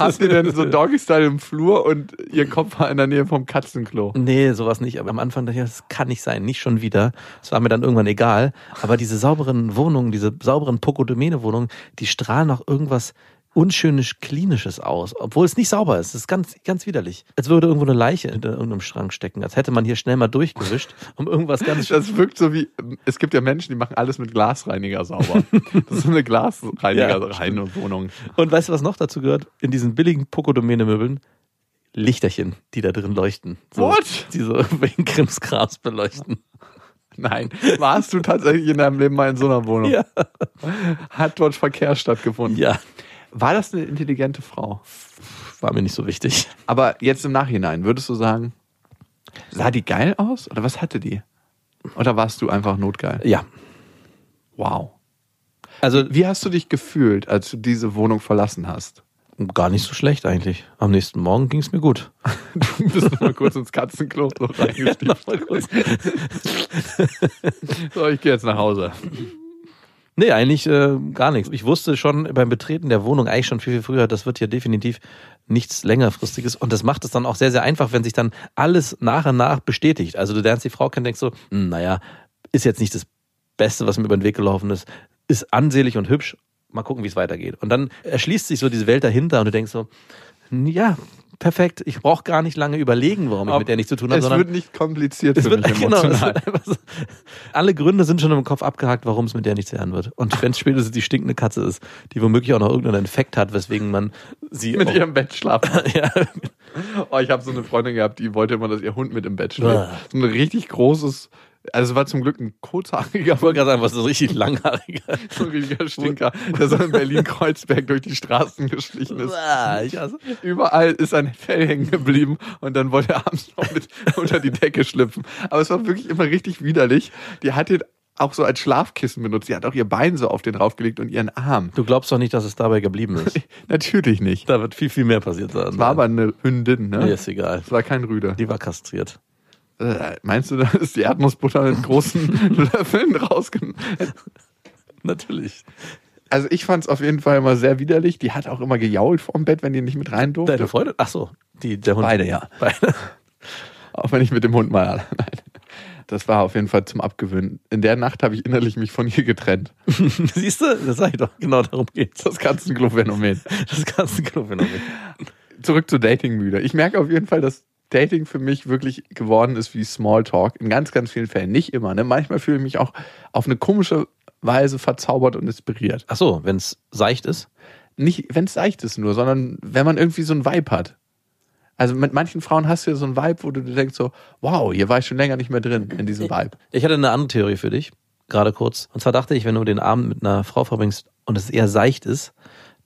[SPEAKER 3] Hast du denn so Doggy-Style im Flur und ihr Kopf war in der Nähe vom Katzenklo?
[SPEAKER 4] Nee, sowas nicht. Aber am Anfang dachte ich, das kann nicht sein, nicht schon wieder. Es war mir dann irgendwann egal. Aber diese sauberen Wohnungen, diese sauberen Pokodomene-Wohnungen, die strahlen noch irgendwas unschönes Klinisches aus, obwohl es nicht sauber ist. Das ist ganz, ganz widerlich. Als würde irgendwo eine Leiche hinter irgendeinem Schrank stecken. Als hätte man hier schnell mal durchgewischt, um irgendwas ganz
[SPEAKER 3] Das wirkt so wie, es gibt ja Menschen, die machen alles mit Glasreiniger sauber. Das ist so eine
[SPEAKER 4] Ja,
[SPEAKER 3] Glasreiniger-Wohnung.
[SPEAKER 4] Und weißt du, was noch dazu gehört? In diesen billigen Pokodomene-Möbeln Lichterchen, die da drin leuchten. So,
[SPEAKER 3] What?
[SPEAKER 4] Die so wegen Krimskrams beleuchten.
[SPEAKER 3] Nein, warst du tatsächlich in deinem Leben mal in so einer Wohnung?
[SPEAKER 4] Ja.
[SPEAKER 3] Hat dort Verkehr stattgefunden?
[SPEAKER 4] ja,
[SPEAKER 3] War das eine intelligente Frau?
[SPEAKER 4] war mir nicht so wichtig.
[SPEAKER 3] Aber jetzt im Nachhinein, würdest du sagen, sah die geil aus? Oder was hatte die? Oder warst du einfach notgeil?
[SPEAKER 4] Ja.
[SPEAKER 3] Wow.
[SPEAKER 4] Also
[SPEAKER 3] Wie hast du dich gefühlt, als du diese Wohnung verlassen hast?
[SPEAKER 4] gar nicht so schlecht eigentlich. Am nächsten Morgen ging es mir gut.
[SPEAKER 3] Du bist noch mal kurz ins Katzenklo so reingestiefelt. so, ich gehe jetzt nach Hause.
[SPEAKER 4] Nee, eigentlich äh, gar nichts. Ich wusste schon beim Betreten der Wohnung eigentlich schon viel, viel früher, das wird hier definitiv nichts längerfristiges. Und das macht es dann auch sehr, sehr einfach, wenn sich dann alles nach und nach bestätigt. Also du lernst die Frau kennen, denkst so, hm, naja, ist jetzt nicht das Beste, was mir über den Weg gelaufen ist. Ist ansehlich und hübsch. Mal gucken, wie es weitergeht. Und dann erschließt sich so diese Welt dahinter und du denkst so, hm, ja, perfekt. Ich brauche gar nicht lange überlegen, warum ich mit der nichts zu tun habe,
[SPEAKER 3] Es
[SPEAKER 4] sondern
[SPEAKER 3] wird nicht kompliziert
[SPEAKER 4] Es
[SPEAKER 3] für
[SPEAKER 4] wird,
[SPEAKER 3] mich
[SPEAKER 4] genau, es
[SPEAKER 3] emotional.
[SPEAKER 4] wird einfach so, alle Gründe sind schon im Kopf abgehakt, warum es mit der nichts werden wird. Und wenn es spätestens die stinkende Katze ist, die womöglich auch noch irgendeinen Infekt hat, weswegen man sie
[SPEAKER 3] mit
[SPEAKER 4] auch,
[SPEAKER 3] ihrem Bett schlafen.
[SPEAKER 4] ja,
[SPEAKER 3] Oh, ich habe so eine Freundin gehabt, die wollte immer, dass ihr Hund mit im Bett schläft.
[SPEAKER 4] Uah.
[SPEAKER 3] So ein richtig großes, also es war zum Glück ein kurzhaariger
[SPEAKER 4] ich wollte gerade sagen, was ist so richtig langhaariger.
[SPEAKER 3] so ein richtiger Stinker, der so in Berlin-Kreuzberg durch die Straßen geschlichen ist.
[SPEAKER 4] Uah, Ah, ich hasse-
[SPEAKER 3] Überall ist ein Fell hängen geblieben und dann wollte er abends noch mit unter die Decke schlüpfen. Aber es war wirklich immer richtig widerlich. Die hat ihn auch so als Schlafkissen benutzt. Die hat auch ihr Bein so auf den draufgelegt und ihren Arm.
[SPEAKER 4] Du glaubst doch nicht, dass es dabei geblieben ist.
[SPEAKER 3] Natürlich nicht.
[SPEAKER 4] Da wird viel, viel mehr passiert sein.
[SPEAKER 3] War aber eine Hündin, ne?
[SPEAKER 4] Mir ist egal.
[SPEAKER 3] Es war kein Rüde.
[SPEAKER 4] Die war kastriert.
[SPEAKER 3] Äh, meinst du, da ist die Erdnussbutter mit großen Löffeln rausgenommen?
[SPEAKER 4] Natürlich.
[SPEAKER 3] Also ich fand es auf jeden Fall immer sehr widerlich. Die hat auch immer gejault vorm Bett, wenn die nicht mit rein durfte.
[SPEAKER 4] Deine Freundin? Ach so, die, der Hund.
[SPEAKER 3] Beide, ja.
[SPEAKER 4] Beide.
[SPEAKER 3] Auch wenn ich mit dem Hund mal allein. Das war auf jeden Fall zum Abgewöhnen. In der Nacht habe ich innerlich mich von ihr getrennt.
[SPEAKER 4] Siehst du? Das sag ich doch. Genau darum geht's.
[SPEAKER 3] Das Katzenklo-Phänomen.
[SPEAKER 4] Das ganze Klophänomen.
[SPEAKER 3] Zurück zu Dating müde. Ich merke auf jeden Fall, dass Dating für mich wirklich geworden ist wie Smalltalk. In ganz, ganz vielen Fällen. Nicht immer. Ne? Manchmal fühle ich mich auch auf eine komische Weise verzaubert und inspiriert.
[SPEAKER 4] Ach so, wenn's seicht ist.
[SPEAKER 3] Nicht, wenn es leicht ist nur, sondern wenn man irgendwie so ein Vibe hat. Also mit manchen Frauen hast du ja so ein Vibe, wo du dir denkst so, wow, hier war ich schon länger nicht mehr drin in diesem Vibe.
[SPEAKER 4] Ich hatte eine andere Theorie für dich, gerade kurz. Und zwar dachte ich, wenn du den Abend mit einer Frau verbringst und es eher seicht ist,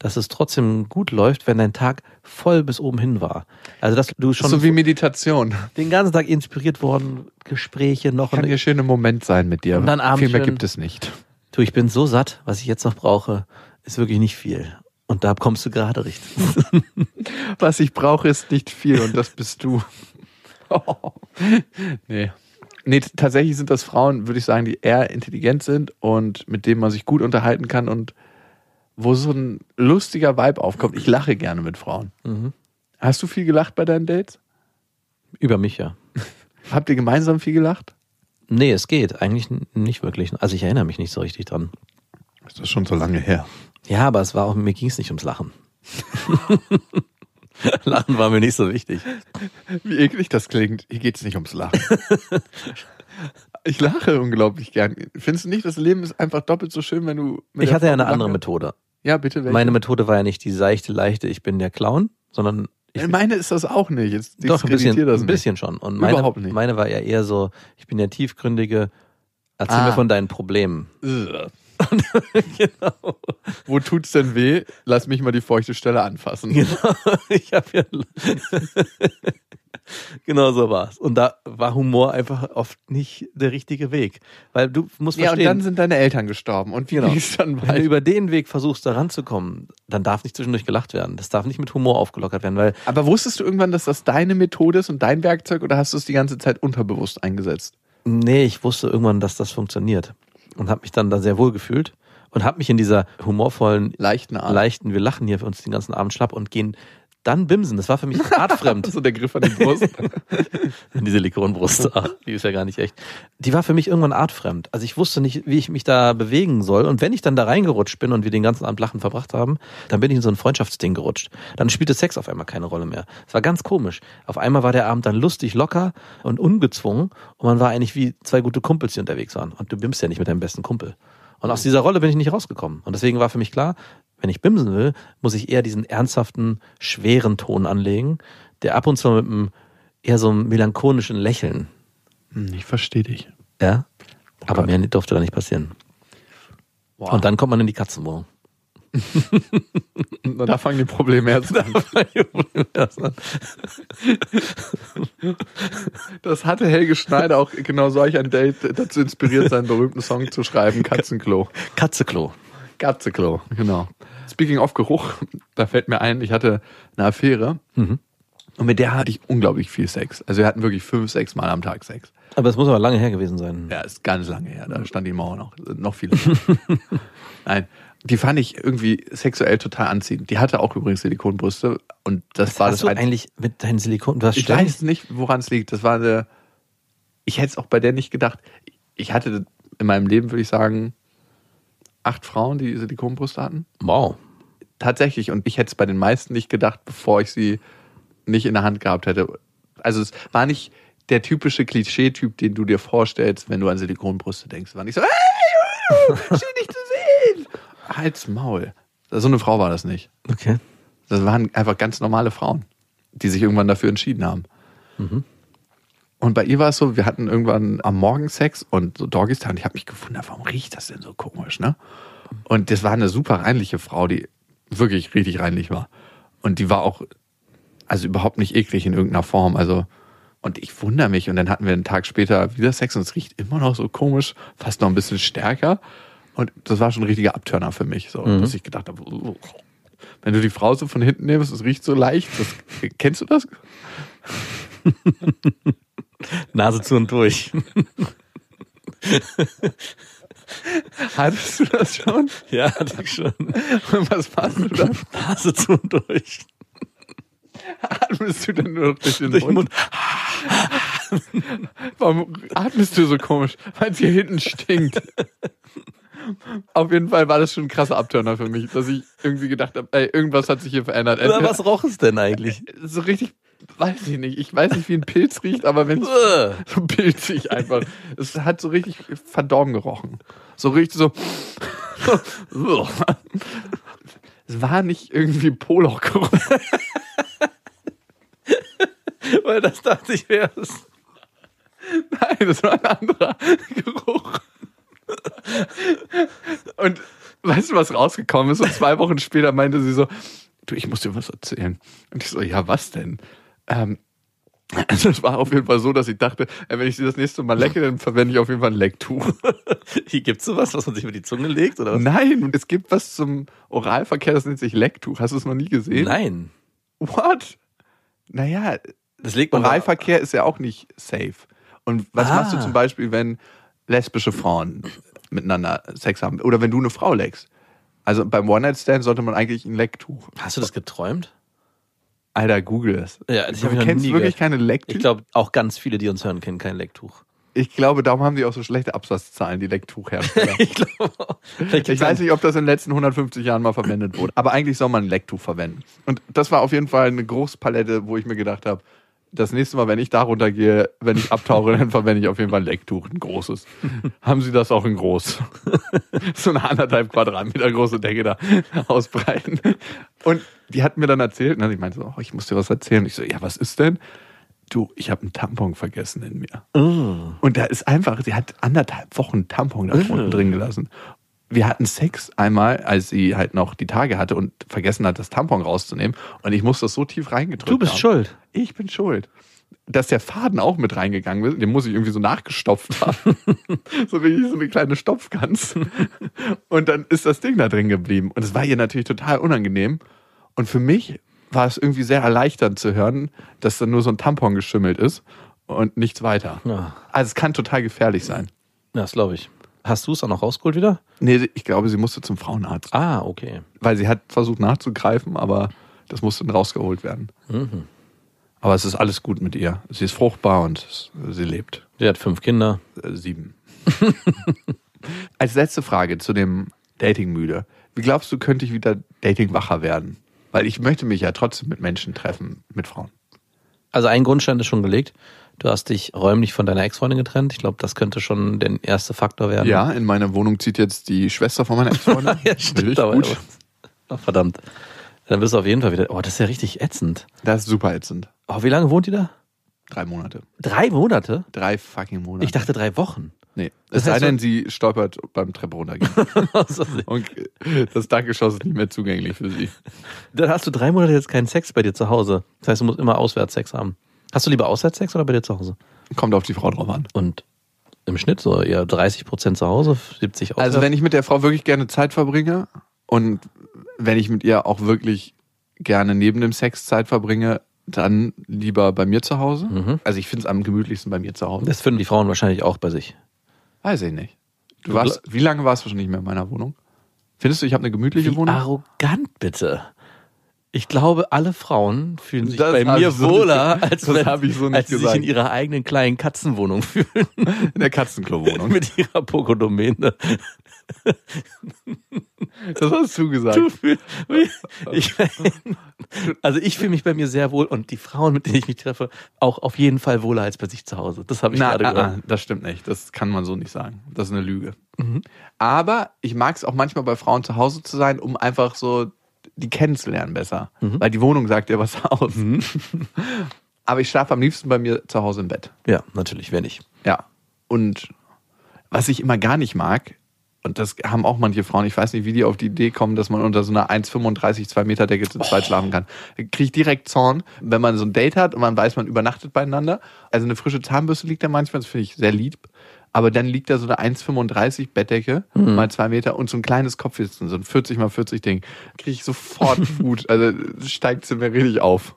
[SPEAKER 4] dass es trotzdem gut läuft, wenn dein Tag voll bis oben hin war. Also dass du schon
[SPEAKER 3] so wie Meditation.
[SPEAKER 4] den ganzen Tag inspiriert worden, Gespräche noch
[SPEAKER 3] Kann
[SPEAKER 4] und
[SPEAKER 3] hier schön im Moment sein mit dir.
[SPEAKER 4] Und dann abends
[SPEAKER 3] Viel mehr
[SPEAKER 4] schön-
[SPEAKER 3] gibt es nicht.
[SPEAKER 4] Du, ich bin so satt, was ich jetzt noch brauche, ist wirklich nicht viel. Und da kommst du gerade richtig.
[SPEAKER 3] Was ich brauche, ist nicht viel und das bist du. nee. Nee, t- tatsächlich sind das Frauen, würde ich sagen, die eher intelligent sind und mit denen man sich gut unterhalten kann und wo so ein lustiger Vibe aufkommt. Ich lache gerne mit Frauen.
[SPEAKER 4] Mhm.
[SPEAKER 3] Hast du viel gelacht bei deinen Dates?
[SPEAKER 4] Über mich, ja.
[SPEAKER 3] Habt ihr gemeinsam viel gelacht?
[SPEAKER 4] Nee, es geht. Eigentlich n- nicht wirklich. Also ich erinnere mich nicht so richtig dran.
[SPEAKER 3] Das ist schon so lange her.
[SPEAKER 4] Ja, aber es war auch, mir ging es nicht ums Lachen. Lachen war mir nicht so wichtig.
[SPEAKER 3] Wie eklig das klingt. Hier geht's nicht ums Lachen. ich lache unglaublich gern. Findest du nicht, das Leben ist einfach doppelt so schön, wenn du. mit
[SPEAKER 4] Ich
[SPEAKER 3] der
[SPEAKER 4] hatte ja
[SPEAKER 3] Frau
[SPEAKER 4] eine andere
[SPEAKER 3] lachen-
[SPEAKER 4] Methode.
[SPEAKER 3] Ja, bitte. welche?
[SPEAKER 4] Meine Methode war ja nicht die seichte, leichte, ich bin der Clown, sondern ich
[SPEAKER 3] Ich Äh, meine ist das auch nicht. Jetzt
[SPEAKER 4] Doch, ein bisschen,
[SPEAKER 3] diskreditier das
[SPEAKER 4] ein
[SPEAKER 3] nicht.
[SPEAKER 4] bisschen schon. Und meine,
[SPEAKER 3] Überhaupt nicht.
[SPEAKER 4] meine war ja eher so, ich bin der tiefgründige, erzähl
[SPEAKER 3] Ah.
[SPEAKER 4] mir von deinen Problemen.
[SPEAKER 3] Ugh. Wo tut's denn weh? Lass mich mal die feuchte Stelle anfassen.
[SPEAKER 4] Genau, ich habe ja. genau so war's. Und da war Humor einfach oft nicht der richtige Weg. Weil du musst
[SPEAKER 3] Ja, und
[SPEAKER 4] verstehen,
[SPEAKER 3] dann sind halt deine Eltern gestorben. Und wie
[SPEAKER 4] Genau.
[SPEAKER 3] ging's dann
[SPEAKER 4] wenn du
[SPEAKER 3] weiter?
[SPEAKER 4] über den Weg versuchst, da ranzukommen, dann darf nicht zwischendurch gelacht werden. Das darf nicht mit Humor aufgelockert werden, weil
[SPEAKER 3] Aber wusstest du irgendwann, dass das deine Methode ist und dein Werkzeug oder hast du es die ganze Zeit unterbewusst eingesetzt?
[SPEAKER 4] Nee, ich wusste irgendwann, dass das funktioniert. Und habe mich dann da sehr wohl gefühlt und habe mich in dieser humorvollen,
[SPEAKER 3] Leichten Art.
[SPEAKER 4] leichten, wir lachen hier für uns den ganzen Abend schlapp und gehen dann bimsen. Das war für mich artfremd.
[SPEAKER 3] So der Griff an die Brust.
[SPEAKER 4] Diese Silikonbrust, ach, die ist ja gar nicht echt. Die war für mich irgendwann artfremd. Also ich wusste nicht, wie ich mich da bewegen soll. Und wenn ich dann da reingerutscht bin und wir den ganzen Abend lachen verbracht haben, dann bin ich in so ein Freundschaftsding gerutscht. Dann spielte Sex auf einmal keine Rolle mehr. Es war ganz komisch. Auf einmal war der Abend dann lustig, locker und ungezwungen. Und man war eigentlich wie zwei gute Kumpels, die unterwegs waren. Und du bimmst ja nicht mit deinem besten Kumpel. Und aus dieser Rolle bin ich nicht rausgekommen. Und deswegen war für mich klar, wenn ich bimsen will, muss ich eher diesen ernsthaften, schweren Ton anlegen, der ab und zu mit einem eher so einem melancholischen Lächeln.
[SPEAKER 3] Hm, Ich verstehe dich.
[SPEAKER 4] Ja. Aber mehr durfte da nicht passieren.
[SPEAKER 3] Wow.
[SPEAKER 4] Und dann kommt man in die Katzenwohnung.
[SPEAKER 3] Und da fangen die Probleme erst an. Das hatte Helge Schneider auch genau solch ein Date dazu inspiriert, seinen berühmten Song zu schreiben, Katzenklo.
[SPEAKER 4] Katzeklo.
[SPEAKER 3] Katzeklo, genau. Speaking of Geruch, da fällt mir ein, ich hatte eine Affäre und mit der hatte ich unglaublich viel Sex. Also wir hatten wirklich fünf, sechs Mal am Tag Sex.
[SPEAKER 4] Aber es muss aber lange her gewesen sein.
[SPEAKER 3] Ja, ist Mhm. ganz lange her, da stand die Mauer noch, noch viele. Nein, die fand ich irgendwie sexuell total anziehend. Die hatte auch übrigens Silikonbrüste und das war
[SPEAKER 4] Hast
[SPEAKER 3] das
[SPEAKER 4] du
[SPEAKER 3] Einzige.
[SPEAKER 4] eigentlich mit deinen Silikon... Du hast
[SPEAKER 3] Ich
[SPEAKER 4] Stellen-
[SPEAKER 3] weiß nicht, woran es liegt. Das war eine. Ich hätte es auch bei der nicht gedacht. Ich hatte in meinem Leben, würde ich sagen, acht Frauen, die Silikonbrüste hatten.
[SPEAKER 4] Wow.
[SPEAKER 3] Tatsächlich. Und ich hätte es bei den meisten nicht gedacht, bevor ich sie nicht in der Hand gehabt hätte. Also es war nicht der typische Klischee-Typ, den du dir vorstellst, wenn du an Silikonbrüste denkst. War nicht so, hey, schön dich zu sehen. Halt's Maul. So eine Frau war das nicht.
[SPEAKER 4] Okay.
[SPEAKER 3] Das waren einfach ganz normale Frauen, die sich irgendwann dafür entschieden haben. Und bei ihr war es so, wir hatten irgendwann am Morgen Sex und so Doggies und ich habe mich gewundert, warum riecht das denn so komisch, ne? Und das war eine super reinliche Frau, die wirklich richtig reinlich war. Und die war auch, also überhaupt nicht eklig in irgendeiner Form. Also, und ich wundere mich. Und dann hatten wir einen Tag später wieder Sex und es riecht immer noch so komisch, fast noch ein bisschen stärker. Und das war schon ein richtiger Abturner für mich, so, dass ich gedacht habe, "Ugh." wenn du die Frau so von hinten nimmst, es riecht so leicht. Das, kennst du das?
[SPEAKER 4] Nase zu und durch.
[SPEAKER 3] Hattest du das schon?
[SPEAKER 4] ja, hatte ich schon.
[SPEAKER 3] Was machst du da?
[SPEAKER 4] Nase zu und durch.
[SPEAKER 3] Atmest du denn nur noch durch den
[SPEAKER 4] Durch den
[SPEAKER 3] Mund?
[SPEAKER 4] Mund.
[SPEAKER 3] Warum atmest du so komisch? Weil es hier hinten stinkt. Auf jeden Fall war das schon ein krasser Abturner für mich, dass ich irgendwie gedacht habe, ey, irgendwas hat sich hier verändert.
[SPEAKER 4] Oder
[SPEAKER 3] Entweder-
[SPEAKER 4] was roch es denn eigentlich?
[SPEAKER 3] So richtig, weiß ich nicht. Ich weiß nicht, wie ein Pilz riecht, aber wenn es
[SPEAKER 4] Äh.
[SPEAKER 3] so pilzig einfach. Es hat so richtig verdorben gerochen. So richtig so. es war nicht irgendwie Poloch-Geruch.
[SPEAKER 4] Weil das dachte ich wäre es.
[SPEAKER 3] Nein, das war ein anderer Geruch. Und weißt bisschen was rausgekommen ist und zwei Wochen später meinte sie so, du, ich muss dir was erzählen. Und ich so, ja, was denn? Ähm, das war auf jeden Fall so, dass ich dachte, äh, wenn ich sie das nächste Mal lecke, dann verwende ich auf jeden Fall ein Lecktuch.
[SPEAKER 4] Hier gibt's sowas, was man sich über die Zunge legt oder was?
[SPEAKER 3] Nein, und es gibt was zum Oralverkehr, das nennt sich Lecktuch. Hast du es noch nie gesehen?
[SPEAKER 4] Nein.
[SPEAKER 3] What? Naja,
[SPEAKER 4] Das legt man
[SPEAKER 3] Oralverkehr ist ja auch nicht safe. Und was
[SPEAKER 4] Ah.
[SPEAKER 3] machst du zum Beispiel, wenn lesbische Frauen miteinander Sex haben? Oder wenn du eine Frau leckst? Also beim One-Night-Stand sollte man eigentlich ein Lecktuch.
[SPEAKER 4] Hast du das geträumt?
[SPEAKER 3] Alter, google es.
[SPEAKER 4] Ja, das
[SPEAKER 3] Also du
[SPEAKER 4] hab ich noch
[SPEAKER 3] kennst
[SPEAKER 4] nie
[SPEAKER 3] wirklich
[SPEAKER 4] gehört.
[SPEAKER 3] keine Lecktuch.
[SPEAKER 4] Ich glaube, auch ganz viele, die uns hören, kennen kein Lecktuch.
[SPEAKER 3] ich glaube, darum haben die auch so schlechte Absatzzahlen, die Lecktuchhersteller.
[SPEAKER 4] Ich glaube,
[SPEAKER 3] Ich weiß nicht, ob das in den letzten 150 Jahren mal verwendet wurde. Aber eigentlich soll man ein Lecktuch verwenden. Und das war auf jeden Fall eine Großpalette, wo ich mir gedacht habe, das nächste Mal, wenn ich darunter gehe, wenn ich abtauche, dann verwende ich auf jeden Fall ein Lecktuch, ein großes. Haben Sie das auch in groß? so eine anderthalb Quadratmeter große Decke da ausbreiten. Und die hat mir dann erzählt, ne, ich meinte so, oh, ich muss dir was erzählen. Ich so, ja, was ist denn? Du, ich habe einen Tampon vergessen in mir.
[SPEAKER 4] Ah.
[SPEAKER 3] Und da ist einfach, sie hat anderthalb Wochen Tampon da unten drin gelassen. Wir hatten Sex einmal, als sie halt noch die Tage hatte und vergessen hat, das Tampon rauszunehmen. Und ich muss das so tief reingedrückt
[SPEAKER 4] Du
[SPEAKER 3] haben.
[SPEAKER 4] bist schuld.
[SPEAKER 3] Ich bin schuld. Dass der Faden auch mit reingegangen ist, den muss ich irgendwie so nachgestopft haben. so wie so eine kleine Stopfgans. Und dann ist das Ding da drin geblieben. Und es war ihr natürlich total unangenehm. Und für mich war es irgendwie sehr erleichternd zu hören, dass dann nur so ein Tampon geschimmelt ist und nichts weiter.
[SPEAKER 4] Ja.
[SPEAKER 3] Also es kann total gefährlich sein.
[SPEAKER 4] Ja, das glaube ich. Hast du es auch noch rausgeholt wieder?
[SPEAKER 3] Nee, ich glaube, sie musste zum Frauenarzt.
[SPEAKER 4] Ah, okay.
[SPEAKER 3] Weil sie hat versucht nachzugreifen, aber das musste dann rausgeholt werden.
[SPEAKER 4] Mhm.
[SPEAKER 3] Aber es ist alles gut mit ihr. Sie ist fruchtbar und es- sie lebt.
[SPEAKER 4] Sie hat fünf Kinder.
[SPEAKER 3] Äh, sieben. Als letzte Frage zu dem Dating müde. Wie glaubst du, könnte ich wieder Dating wacher werden? Weil ich möchte mich ja trotzdem mit Menschen treffen, mit Frauen.
[SPEAKER 4] Also ein Grundstein ist schon gelegt. Du hast dich räumlich von deiner Ex-Freundin getrennt. Ich glaube, das könnte schon der erste Faktor werden.
[SPEAKER 3] Ja, in meiner Wohnung zieht jetzt die Schwester von meiner Ex-Freundin.
[SPEAKER 4] ja stimmt.
[SPEAKER 3] Richtig
[SPEAKER 4] Aber,
[SPEAKER 3] gut.
[SPEAKER 4] Ach, verdammt. Dann bist du auf jeden Fall wieder. Oh, das ist ja richtig ätzend.
[SPEAKER 3] Das ist super ätzend.
[SPEAKER 4] Oh, wie lange wohnt die da?
[SPEAKER 3] Drei Monate.
[SPEAKER 4] Drei Monate?
[SPEAKER 3] Drei fucking Monate.
[SPEAKER 4] Ich dachte drei Wochen.
[SPEAKER 3] nee.
[SPEAKER 4] das
[SPEAKER 3] Es sei
[SPEAKER 4] heißt,
[SPEAKER 3] denn, sie stolpert beim Treppe runtergehen. Und das Dachgeschoss ist nicht mehr zugänglich für sie.
[SPEAKER 4] Dann hast du drei Monate jetzt keinen Sex bei dir zu Hause. Das heißt, du musst immer auswärts Sex haben. Hast du lieber auswärts Sex oder bei dir zu Hause?
[SPEAKER 3] Kommt auf die Frau drauf an.
[SPEAKER 4] Und im Schnitt so eher 30 Prozent zu Hause, 70 auswärts.
[SPEAKER 3] Also wenn ich mit der Frau wirklich gerne Zeit verbringe und wenn ich mit ihr auch wirklich gerne neben dem Sex Zeit verbringe, dann lieber bei mir zu Hause. Also ich finde es am gemütlichsten bei mir zu Hause.
[SPEAKER 4] Mhm. das finden die Frauen wahrscheinlich auch bei sich.
[SPEAKER 3] Weiß ich nicht. Du
[SPEAKER 4] Du
[SPEAKER 3] warst, wie lange warst du schon nicht mehr in meiner Wohnung? Findest du, ich habe eine gemütliche Wohnung?
[SPEAKER 4] Arrogant bitte. Ich glaube, alle Frauen fühlen sich
[SPEAKER 3] Das
[SPEAKER 4] bei
[SPEAKER 3] hab
[SPEAKER 4] mir
[SPEAKER 3] ich so
[SPEAKER 4] wohler,
[SPEAKER 3] nicht-
[SPEAKER 4] als,
[SPEAKER 3] das
[SPEAKER 4] wenn,
[SPEAKER 3] hab ich so nicht
[SPEAKER 4] als sie sich
[SPEAKER 3] gesagt.
[SPEAKER 4] in ihrer eigenen kleinen Katzenwohnung fühlen
[SPEAKER 3] In der Katzenklo-Wohnung.
[SPEAKER 4] mit ihrer Pokodomäne.
[SPEAKER 3] Das hast du gesagt.
[SPEAKER 4] Du fühlst- ich, also ich fühle mich bei mir sehr wohl und die Frauen, mit denen ich mich treffe, auch auf jeden Fall wohler als bei sich zu Hause. Das habe ich
[SPEAKER 3] Na,
[SPEAKER 4] gerade
[SPEAKER 3] ah,
[SPEAKER 4] gehört. Mhm.
[SPEAKER 3] ah, das stimmt nicht. Das kann man so nicht sagen. Das ist eine Lüge. Aber ich mag es auch manchmal bei Frauen zu Hause zu sein, um einfach so die kennenzulernen besser.
[SPEAKER 4] Mhm.
[SPEAKER 3] Weil die Wohnung sagt dir was aus. Aber ich schlafe am liebsten bei mir zu Hause im Bett.
[SPEAKER 4] Ja, natürlich, wenn ich.
[SPEAKER 3] Ja. Und was ich immer gar nicht mag, und das haben auch manche Frauen, ich weiß nicht, wie die auf die Idee kommen, dass man unter so einer 1,35, 2 Meter Decke zu zweit schlafen kann. Kriege ich direkt Zorn, wenn man so ein Date hat und man weiß, man übernachtet beieinander. Also eine frische Zahnbürste liegt da manchmal, das finde ich sehr lieb. Aber dann liegt da so eine 1,35 Bettdecke mal zwei Meter und so ein kleines Kopfkissen, so ein 40 mal 40 Ding. Kriege ich sofort Wut. Also steigt sie mir richtig auf.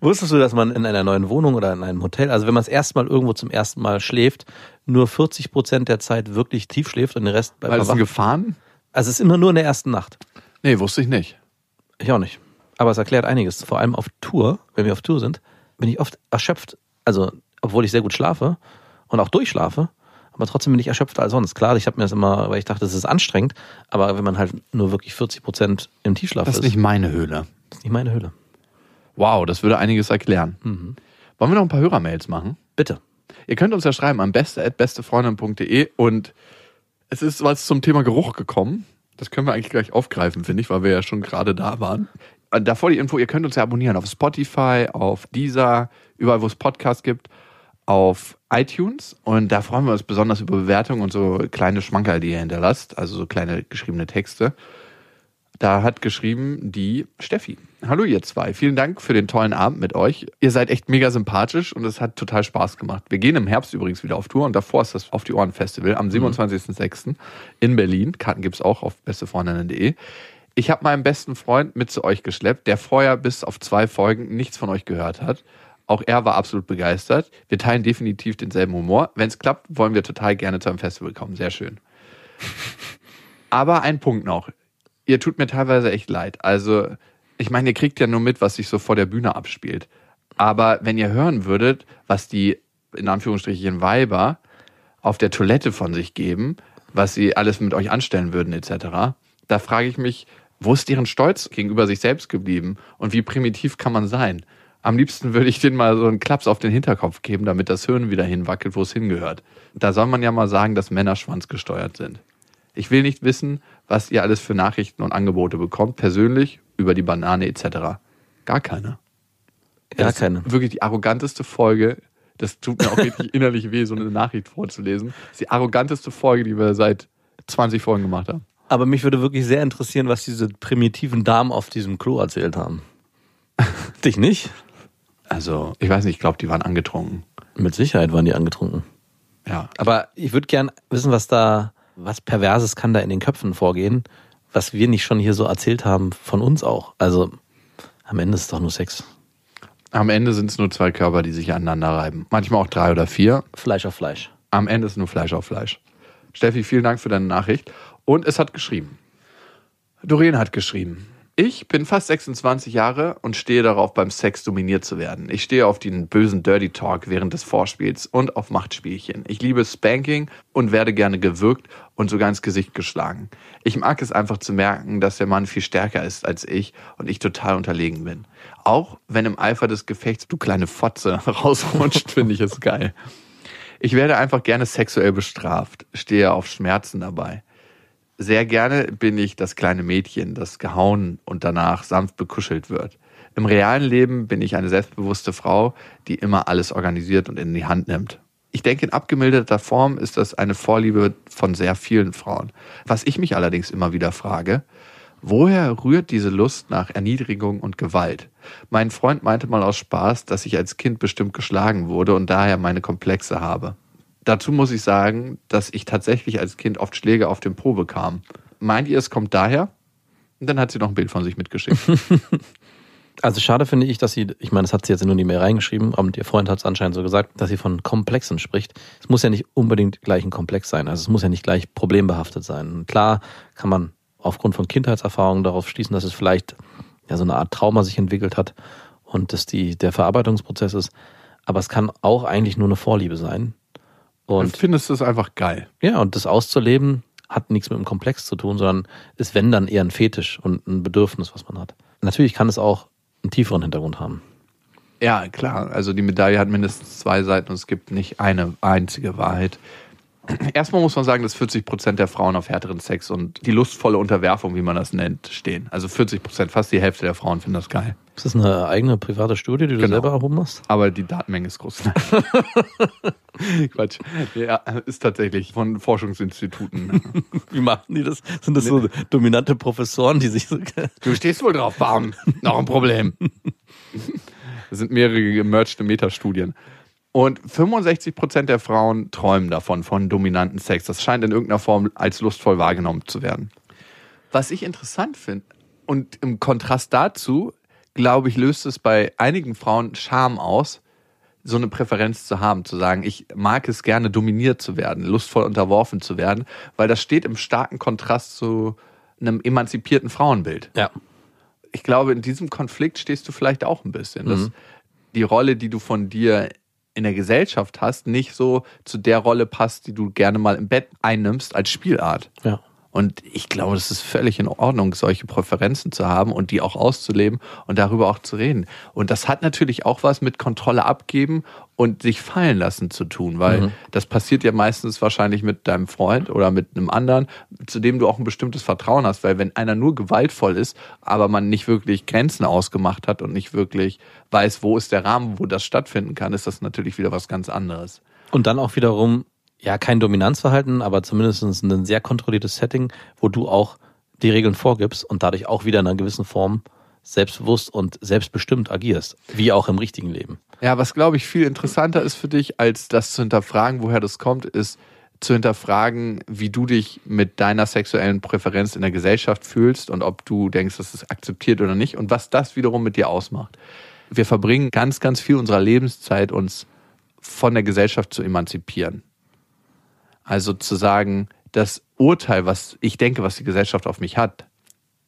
[SPEAKER 4] Wusstest du, dass man in einer neuen Wohnung oder in einem Hotel, also wenn man das erste Mal irgendwo zum ersten Mal schläft, nur 40 Prozent der Zeit wirklich tief schläft und den Rest bleibt
[SPEAKER 3] Weil das
[SPEAKER 4] man
[SPEAKER 3] sind
[SPEAKER 4] wach?
[SPEAKER 3] Gefahren?
[SPEAKER 4] Also es ist immer nur in der ersten Nacht.
[SPEAKER 3] Nee, wusste ich nicht.
[SPEAKER 4] Ich auch nicht. Aber es erklärt einiges. Vor allem auf Tour, wenn wir auf Tour sind, bin ich oft erschöpft. Also, obwohl ich sehr gut schlafe und auch durchschlafe, aber trotzdem bin ich erschöpfter als sonst. Klar, ich habe mir das immer, weil ich dachte, das ist anstrengend, aber wenn man halt nur wirklich 40 Prozent im Tiefschlaf
[SPEAKER 3] Das
[SPEAKER 4] ist,
[SPEAKER 3] ist nicht meine Höhle.
[SPEAKER 4] ist nicht meine Höhle.
[SPEAKER 3] Wow, das würde einiges erklären. Wollen wir noch ein paar Hörermails machen?
[SPEAKER 4] Bitte.
[SPEAKER 3] Ihr könnt uns ja schreiben an beste.bestefreundin.de und es ist was zum Thema Geruch gekommen. Das können wir eigentlich gleich aufgreifen, finde ich, weil wir ja schon gerade da waren. Und Davor die Info, ihr könnt uns ja abonnieren auf Spotify, auf Deezer, überall wo es Podcasts gibt. auf iTunes und da freuen wir uns besonders über Bewertungen und so kleine Schmankerl, die ihr hinterlasst, also so kleine geschriebene Texte. Da hat geschrieben die Steffi. Hallo ihr zwei, vielen Dank für den tollen Abend mit euch. Ihr seid echt mega sympathisch und es hat total Spaß gemacht. Wir gehen im Herbst übrigens wieder auf Tour und davor ist das Auf die Ohren Festival am 27.06. in Berlin. Karten gibt's auch auf bestefreundinnen.de. Ich habe meinen besten Freund mit zu euch geschleppt, der vorher bis auf zwei Folgen nichts von euch gehört hat. Auch er war absolut begeistert. Wir teilen definitiv denselben Humor. Wenn es klappt, wollen wir total gerne zu einem Festival kommen. Sehr schön. Aber ein Punkt noch. Ihr tut mir teilweise echt leid. Also, ich meine, ihr kriegt ja nur mit, was sich so vor der Bühne abspielt. Aber wenn ihr hören würdet, was die, in Anführungsstrichen, Weiber auf der Toilette von sich geben, was sie alles mit euch anstellen würden, etc., da frage ich mich, wo ist deren Stolz gegenüber sich selbst geblieben und wie primitiv kann man sein? Am liebsten würde ich denen mal so einen Klaps auf den Hinterkopf geben, damit das Hirn wieder hinwackelt, wo es hingehört. Da soll man ja mal sagen, dass Männer schwanzgesteuert sind. Ich will nicht wissen, was ihr alles für Nachrichten und Angebote bekommt, persönlich, über die Banane etc. Gar keine.
[SPEAKER 4] Gar
[SPEAKER 3] Das ist
[SPEAKER 4] keine.
[SPEAKER 3] Wirklich die arroganteste Folge. Das tut mir auch wirklich innerlich weh, so eine Nachricht vorzulesen. Das ist die arroganteste Folge, die wir seit 20 Folgen gemacht haben.
[SPEAKER 4] Aber mich würde wirklich sehr interessieren, was diese primitiven Damen auf diesem Klo erzählt haben. Dich nicht?
[SPEAKER 3] Also, ich weiß nicht, ich glaube, die waren angetrunken.
[SPEAKER 4] Mit Sicherheit waren die angetrunken.
[SPEAKER 3] Ja.
[SPEAKER 4] Aber ich würde gern wissen, was da, was Perverses kann da in den Köpfen vorgehen, was wir nicht schon hier so erzählt haben, von uns auch. Also am Ende ist es doch nur Sex.
[SPEAKER 3] Am Ende sind es nur zwei Körper, die sich aneinander reiben. Manchmal auch drei oder vier.
[SPEAKER 4] Fleisch auf Fleisch.
[SPEAKER 3] Am Ende ist nur Fleisch auf Fleisch. Steffi, vielen Dank für deine Nachricht. Und es hat geschrieben. Doreen hat geschrieben. Ich bin fast 26 Jahre und stehe darauf, beim Sex dominiert zu werden. Ich stehe auf den bösen Dirty Talk während des Vorspiels und auf Machtspielchen. Ich liebe Spanking und werde gerne gewürgt und sogar ins Gesicht geschlagen. Ich mag es einfach zu merken, dass der Mann viel stärker ist als ich und ich total unterlegen bin. Auch wenn im Eifer des Gefechts du kleine Fotze rausrutscht, finde ich es geil. Ich werde einfach gerne sexuell bestraft, stehe auf Schmerzen dabei. Sehr gerne bin ich das kleine Mädchen, das gehauen und danach sanft bekuschelt wird. Im realen Leben bin ich eine selbstbewusste Frau, die immer alles organisiert und in die Hand nimmt. Ich denke, in abgemilderter Form ist das eine Vorliebe von sehr vielen Frauen. Was ich mich allerdings immer wieder frage, woher rührt diese Lust nach Erniedrigung und Gewalt? Mein Freund meinte mal aus Spaß, dass ich als Kind bestimmt geschlagen wurde und daher meine Komplexe habe. Dazu muss ich sagen, dass ich tatsächlich als Kind oft Schläge auf den Po bekam. Meint ihr, es kommt daher? Und dann hat sie noch ein Bild von sich mitgeschickt.
[SPEAKER 4] Also schade finde ich, dass sie, ich meine, das hat sie jetzt nur nicht mehr reingeschrieben, aber ihr Freund hat es anscheinend so gesagt, dass sie von Komplexen spricht. Es muss ja nicht unbedingt gleich ein Komplex sein, also es muss ja nicht gleich problembehaftet sein. Klar kann man aufgrund von Kindheitserfahrungen darauf schließen, dass es vielleicht ja so eine Art Trauma sich entwickelt hat und dass die der Verarbeitungsprozess ist, aber es kann auch eigentlich nur eine Vorliebe sein. Und
[SPEAKER 3] findest es einfach geil.
[SPEAKER 4] ja, und das auszuleben hat nichts mit einem Komplex zu tun, sondern ist, wenn dann, eher ein Fetisch und ein Bedürfnis, was man hat. Natürlich kann es auch einen tieferen Hintergrund haben.
[SPEAKER 3] Ja, klar. Also die Medaille hat mindestens zwei Seiten und es gibt nicht eine einzige Wahrheit. Erstmal muss man sagen, dass 40 Prozent der Frauen auf härteren Sex und die lustvolle Unterwerfung, wie man das nennt, stehen. Also 40 Prozent, fast die Hälfte der Frauen finden das geil.
[SPEAKER 4] Ist das eine eigene private Studie, die du
[SPEAKER 3] Genau.
[SPEAKER 4] selber erhoben hast?
[SPEAKER 3] Aber die Datenmenge ist groß. Quatsch. Ja, ist tatsächlich von Forschungsinstituten.
[SPEAKER 4] Wie machen die das? Sind das so dominante Professoren, die sich so.
[SPEAKER 3] Du stehst wohl drauf, Bam. Noch ein Problem. Das sind mehrere gemergte Metastudien. Und 65% der Frauen träumen davon, von dominanten Sex. Das scheint in irgendeiner Form als lustvoll wahrgenommen zu werden. Was ich interessant finde, und im Kontrast dazu, glaube ich, löst es bei einigen Frauen Scham aus, so eine Präferenz zu haben, zu sagen, ich mag es gerne, dominiert zu werden, lustvoll unterworfen zu werden, weil das steht im starken Kontrast zu einem emanzipierten Frauenbild
[SPEAKER 4] Ja.
[SPEAKER 3] ich glaube, in diesem Konflikt stehst du vielleicht auch ein bisschen, dass die Rolle, die du von dir in der Gesellschaft hast, nicht so zu der Rolle passt, die du gerne mal im Bett einnimmst als Spielart.
[SPEAKER 4] Ja.
[SPEAKER 3] Und ich glaube, das ist völlig in Ordnung, solche Präferenzen zu haben und die auch auszuleben und darüber auch zu reden. Und das hat natürlich auch was mit Kontrolle abgeben und sich fallen lassen zu tun, weil das passiert ja meistens wahrscheinlich mit deinem Freund oder mit einem anderen, zu dem du auch ein bestimmtes Vertrauen hast, weil wenn einer nur gewaltvoll ist, aber man nicht wirklich Grenzen ausgemacht hat und nicht wirklich weiß, wo ist der Rahmen, wo das stattfinden kann, ist das natürlich wieder was ganz anderes.
[SPEAKER 4] Und dann auch wiederum, ja, kein Dominanzverhalten, aber zumindest ein sehr kontrolliertes Setting, wo du auch die Regeln vorgibst und dadurch auch wieder in einer gewissen Form selbstbewusst und selbstbestimmt agierst. Wie auch im richtigen Leben.
[SPEAKER 3] Ja, was glaube ich viel interessanter ist für dich, als das zu hinterfragen, woher das kommt, ist zu hinterfragen, wie du dich mit deiner sexuellen Präferenz in der Gesellschaft fühlst und ob du denkst, dass es akzeptiert oder nicht und was das wiederum mit dir ausmacht. Wir verbringen ganz, ganz viel unserer Lebenszeit, uns von der Gesellschaft zu emanzipieren. Also zu sagen, das Urteil, was ich denke, was die Gesellschaft auf mich hat,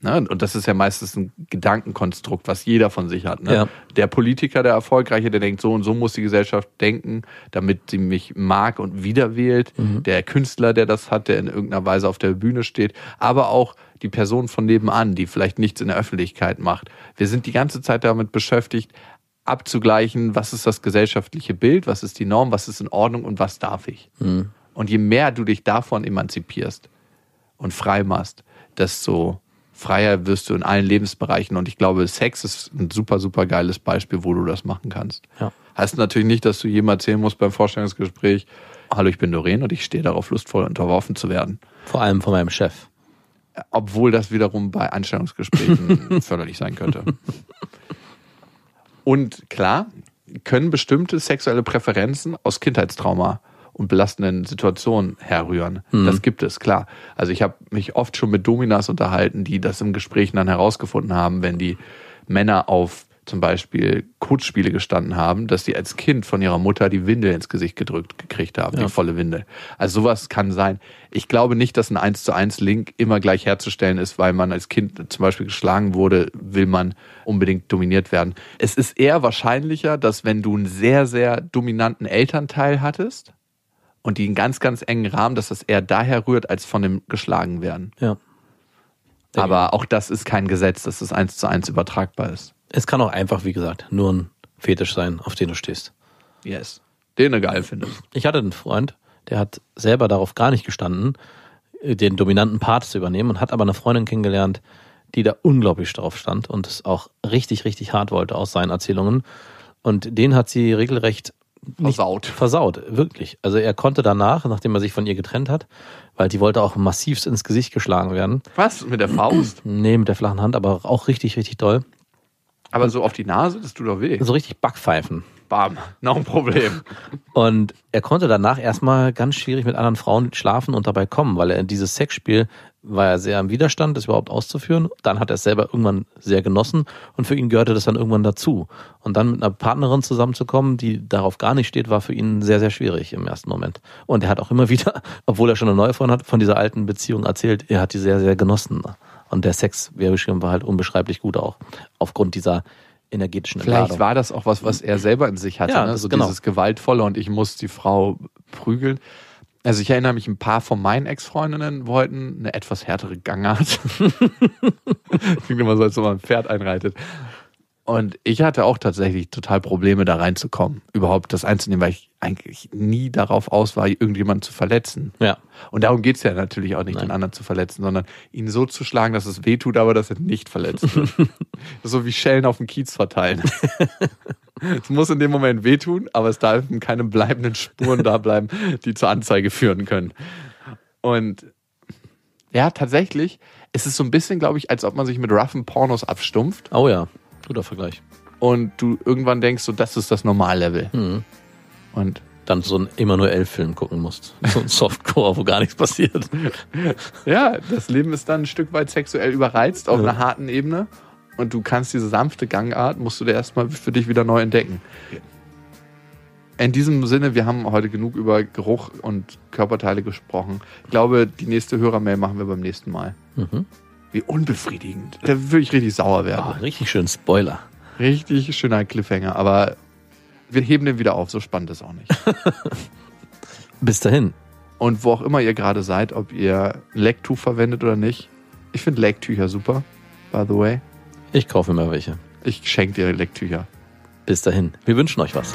[SPEAKER 3] Ne? Und- Und das ist ja meistens ein Gedankenkonstrukt, was jeder von sich hat. Ne?
[SPEAKER 4] Ja.
[SPEAKER 3] Der Politiker, der Erfolgreiche, der denkt, so und so muss die Gesellschaft denken, damit sie mich mag und wiederwählt. Der Künstler, der das hat, der in irgendeiner Weise auf der Bühne steht. Aber auch die Person von nebenan, die vielleicht nichts in der Öffentlichkeit macht. Wir sind die ganze Zeit damit beschäftigt, abzugleichen, was ist das gesellschaftliche Bild, was ist die Norm, was ist in Ordnung und was darf ich. Und je mehr du dich davon emanzipierst, und frei machst, desto freier wirst du in allen Lebensbereichen. Und ich glaube, Sex ist ein super, super geiles Beispiel, wo du das machen kannst.
[SPEAKER 4] Ja.
[SPEAKER 3] Heißt natürlich nicht, dass du jedem erzählen musst beim Vorstellungsgespräch, hallo, ich bin Doreen und ich stehe darauf, lustvoll unterworfen zu werden.
[SPEAKER 4] Vor allem von meinem Chef.
[SPEAKER 3] Obwohl das wiederum bei Einstellungsgesprächen förderlich sein könnte. Und klar, können bestimmte sexuelle Präferenzen aus Kindheitstrauma und belastenden Situationen herrühren. Das gibt es, klar. Also ich habe mich oft schon mit Dominas unterhalten, die das im Gespräch dann herausgefunden haben, wenn die Männer auf zum Beispiel Kotspiele gestanden haben, dass sie als Kind von ihrer Mutter die Windel ins Gesicht gedrückt gekriegt haben, die volle Windel. Also sowas kann sein. Ich glaube nicht, dass ein 1 zu 1 Link immer gleich herzustellen ist, weil man als Kind zum Beispiel geschlagen wurde, will man unbedingt dominiert werden. Es ist eher wahrscheinlicher, dass wenn du einen sehr, sehr dominanten Elternteil hattest und die einen ganz, ganz engen Rahmen, dass das eher daher rührt, als von dem geschlagen werden.
[SPEAKER 4] Ja. Denke
[SPEAKER 3] Aber auch das ist kein Gesetz, dass das eins zu eins übertragbar ist.
[SPEAKER 4] Es kann auch einfach, wie gesagt, nur ein Fetisch sein, auf den du stehst.
[SPEAKER 3] Yes. Den du geil findest.
[SPEAKER 4] Ich hatte einen Freund, der hat selber darauf gar nicht gestanden, äh, den dominanten Part zu übernehmen und hat aber eine Freundin kennengelernt, die da unglaublich drauf stand und es auch richtig, richtig hart wollte aus seinen Erzählungen. Und den hat sie regelrecht nicht
[SPEAKER 3] Versaut.
[SPEAKER 4] Versaut, wirklich. Also er konnte danach, nachdem er sich von ihr getrennt hat, weil die wollte auch massivst ins Gesicht geschlagen werden.
[SPEAKER 3] Was? Mit der Faust?
[SPEAKER 4] Nee, mit der flachen Hand, aber auch richtig, richtig doll.
[SPEAKER 3] Aber so auf die Nase, das tut doch weh.
[SPEAKER 4] So richtig Backpfeifen.
[SPEAKER 3] Bam. Noch ein Problem.
[SPEAKER 4] Und er konnte danach erstmal ganz schwierig mit anderen Frauen schlafen und dabei kommen, weil er dieses Sexspiel war er sehr am Widerstand, das überhaupt auszuführen. Dann hat er es selber irgendwann sehr genossen und für ihn gehörte das dann irgendwann dazu. Und dann mit einer Partnerin zusammenzukommen, die darauf gar nicht steht, war für ihn sehr, sehr schwierig im ersten Moment. Und er hat auch immer wieder, obwohl er schon eine neue Freundin hat, von dieser alten Beziehung erzählt, er hat die sehr, sehr genossen. Und der Sex, wie er beschrieben, war halt unbeschreiblich gut auch, aufgrund dieser energetischen
[SPEAKER 3] Vielleicht
[SPEAKER 4] Entladung.
[SPEAKER 3] war das auch was, was er selber in sich hatte.
[SPEAKER 4] Ja,
[SPEAKER 3] ne?
[SPEAKER 4] das-
[SPEAKER 3] So
[SPEAKER 4] genau.
[SPEAKER 3] dieses Gewaltvolle und ich muss die Frau prügeln. Also ich erinnere mich, ein paar von meinen Ex-Freundinnen wollten eine etwas härtere Gangart. Klingt immer so, als wenn man ein Pferd einreitet. Und ich hatte auch tatsächlich total Probleme, da reinzukommen. Überhaupt das einzunehmen, weil ich eigentlich nie darauf aus war, irgendjemanden zu verletzen.
[SPEAKER 4] Ja.
[SPEAKER 3] Und darum geht's ja natürlich auch nicht, den anderen zu verletzen, sondern ihn so zu schlagen, dass es weh tut, aber dass er nicht verletzt wird. so wie Schellen auf dem Kiez verteilen. es muss in dem Moment wehtun, aber es dürfen keine bleibenden Spuren da bleiben, die zur Anzeige führen können. Und ja, tatsächlich, es ist so ein bisschen, glaube ich, als ob man sich mit roughen Pornos abstumpft
[SPEAKER 4] Oh ja, guter Vergleich.
[SPEAKER 3] und du irgendwann denkst, so das ist das Normallevel. Und
[SPEAKER 4] dann so einen Emanuel-Film gucken musst. So ein Softcore, wo gar nichts passiert.
[SPEAKER 3] ja, das Leben ist dann ein Stück weit sexuell überreizt auf einer harten Ebene und du kannst diese sanfte Gangart, musst du dir erstmal für dich wieder neu entdecken. In diesem Sinne, wir haben heute genug über Geruch und Körperteile gesprochen. Ich glaube, die nächste Hörermail machen wir beim nächsten Mal. Wie unbefriedigend. Da würde ich richtig sauer werden.
[SPEAKER 4] Ah, richtig schön Spoiler.
[SPEAKER 3] Richtig schöner Cliffhanger, aber wir heben den wieder auf, so spannend ist auch nicht.
[SPEAKER 4] Bis dahin,
[SPEAKER 3] Und wo auch immer ihr gerade seid, ob ihr Lecktuch verwendet oder nicht. Ich finde Lecktücher super, by the way.
[SPEAKER 4] Ich kaufe mir mal welche.
[SPEAKER 3] Ich schenke dir Lecktücher.
[SPEAKER 4] Bis dahin, wir wünschen euch was.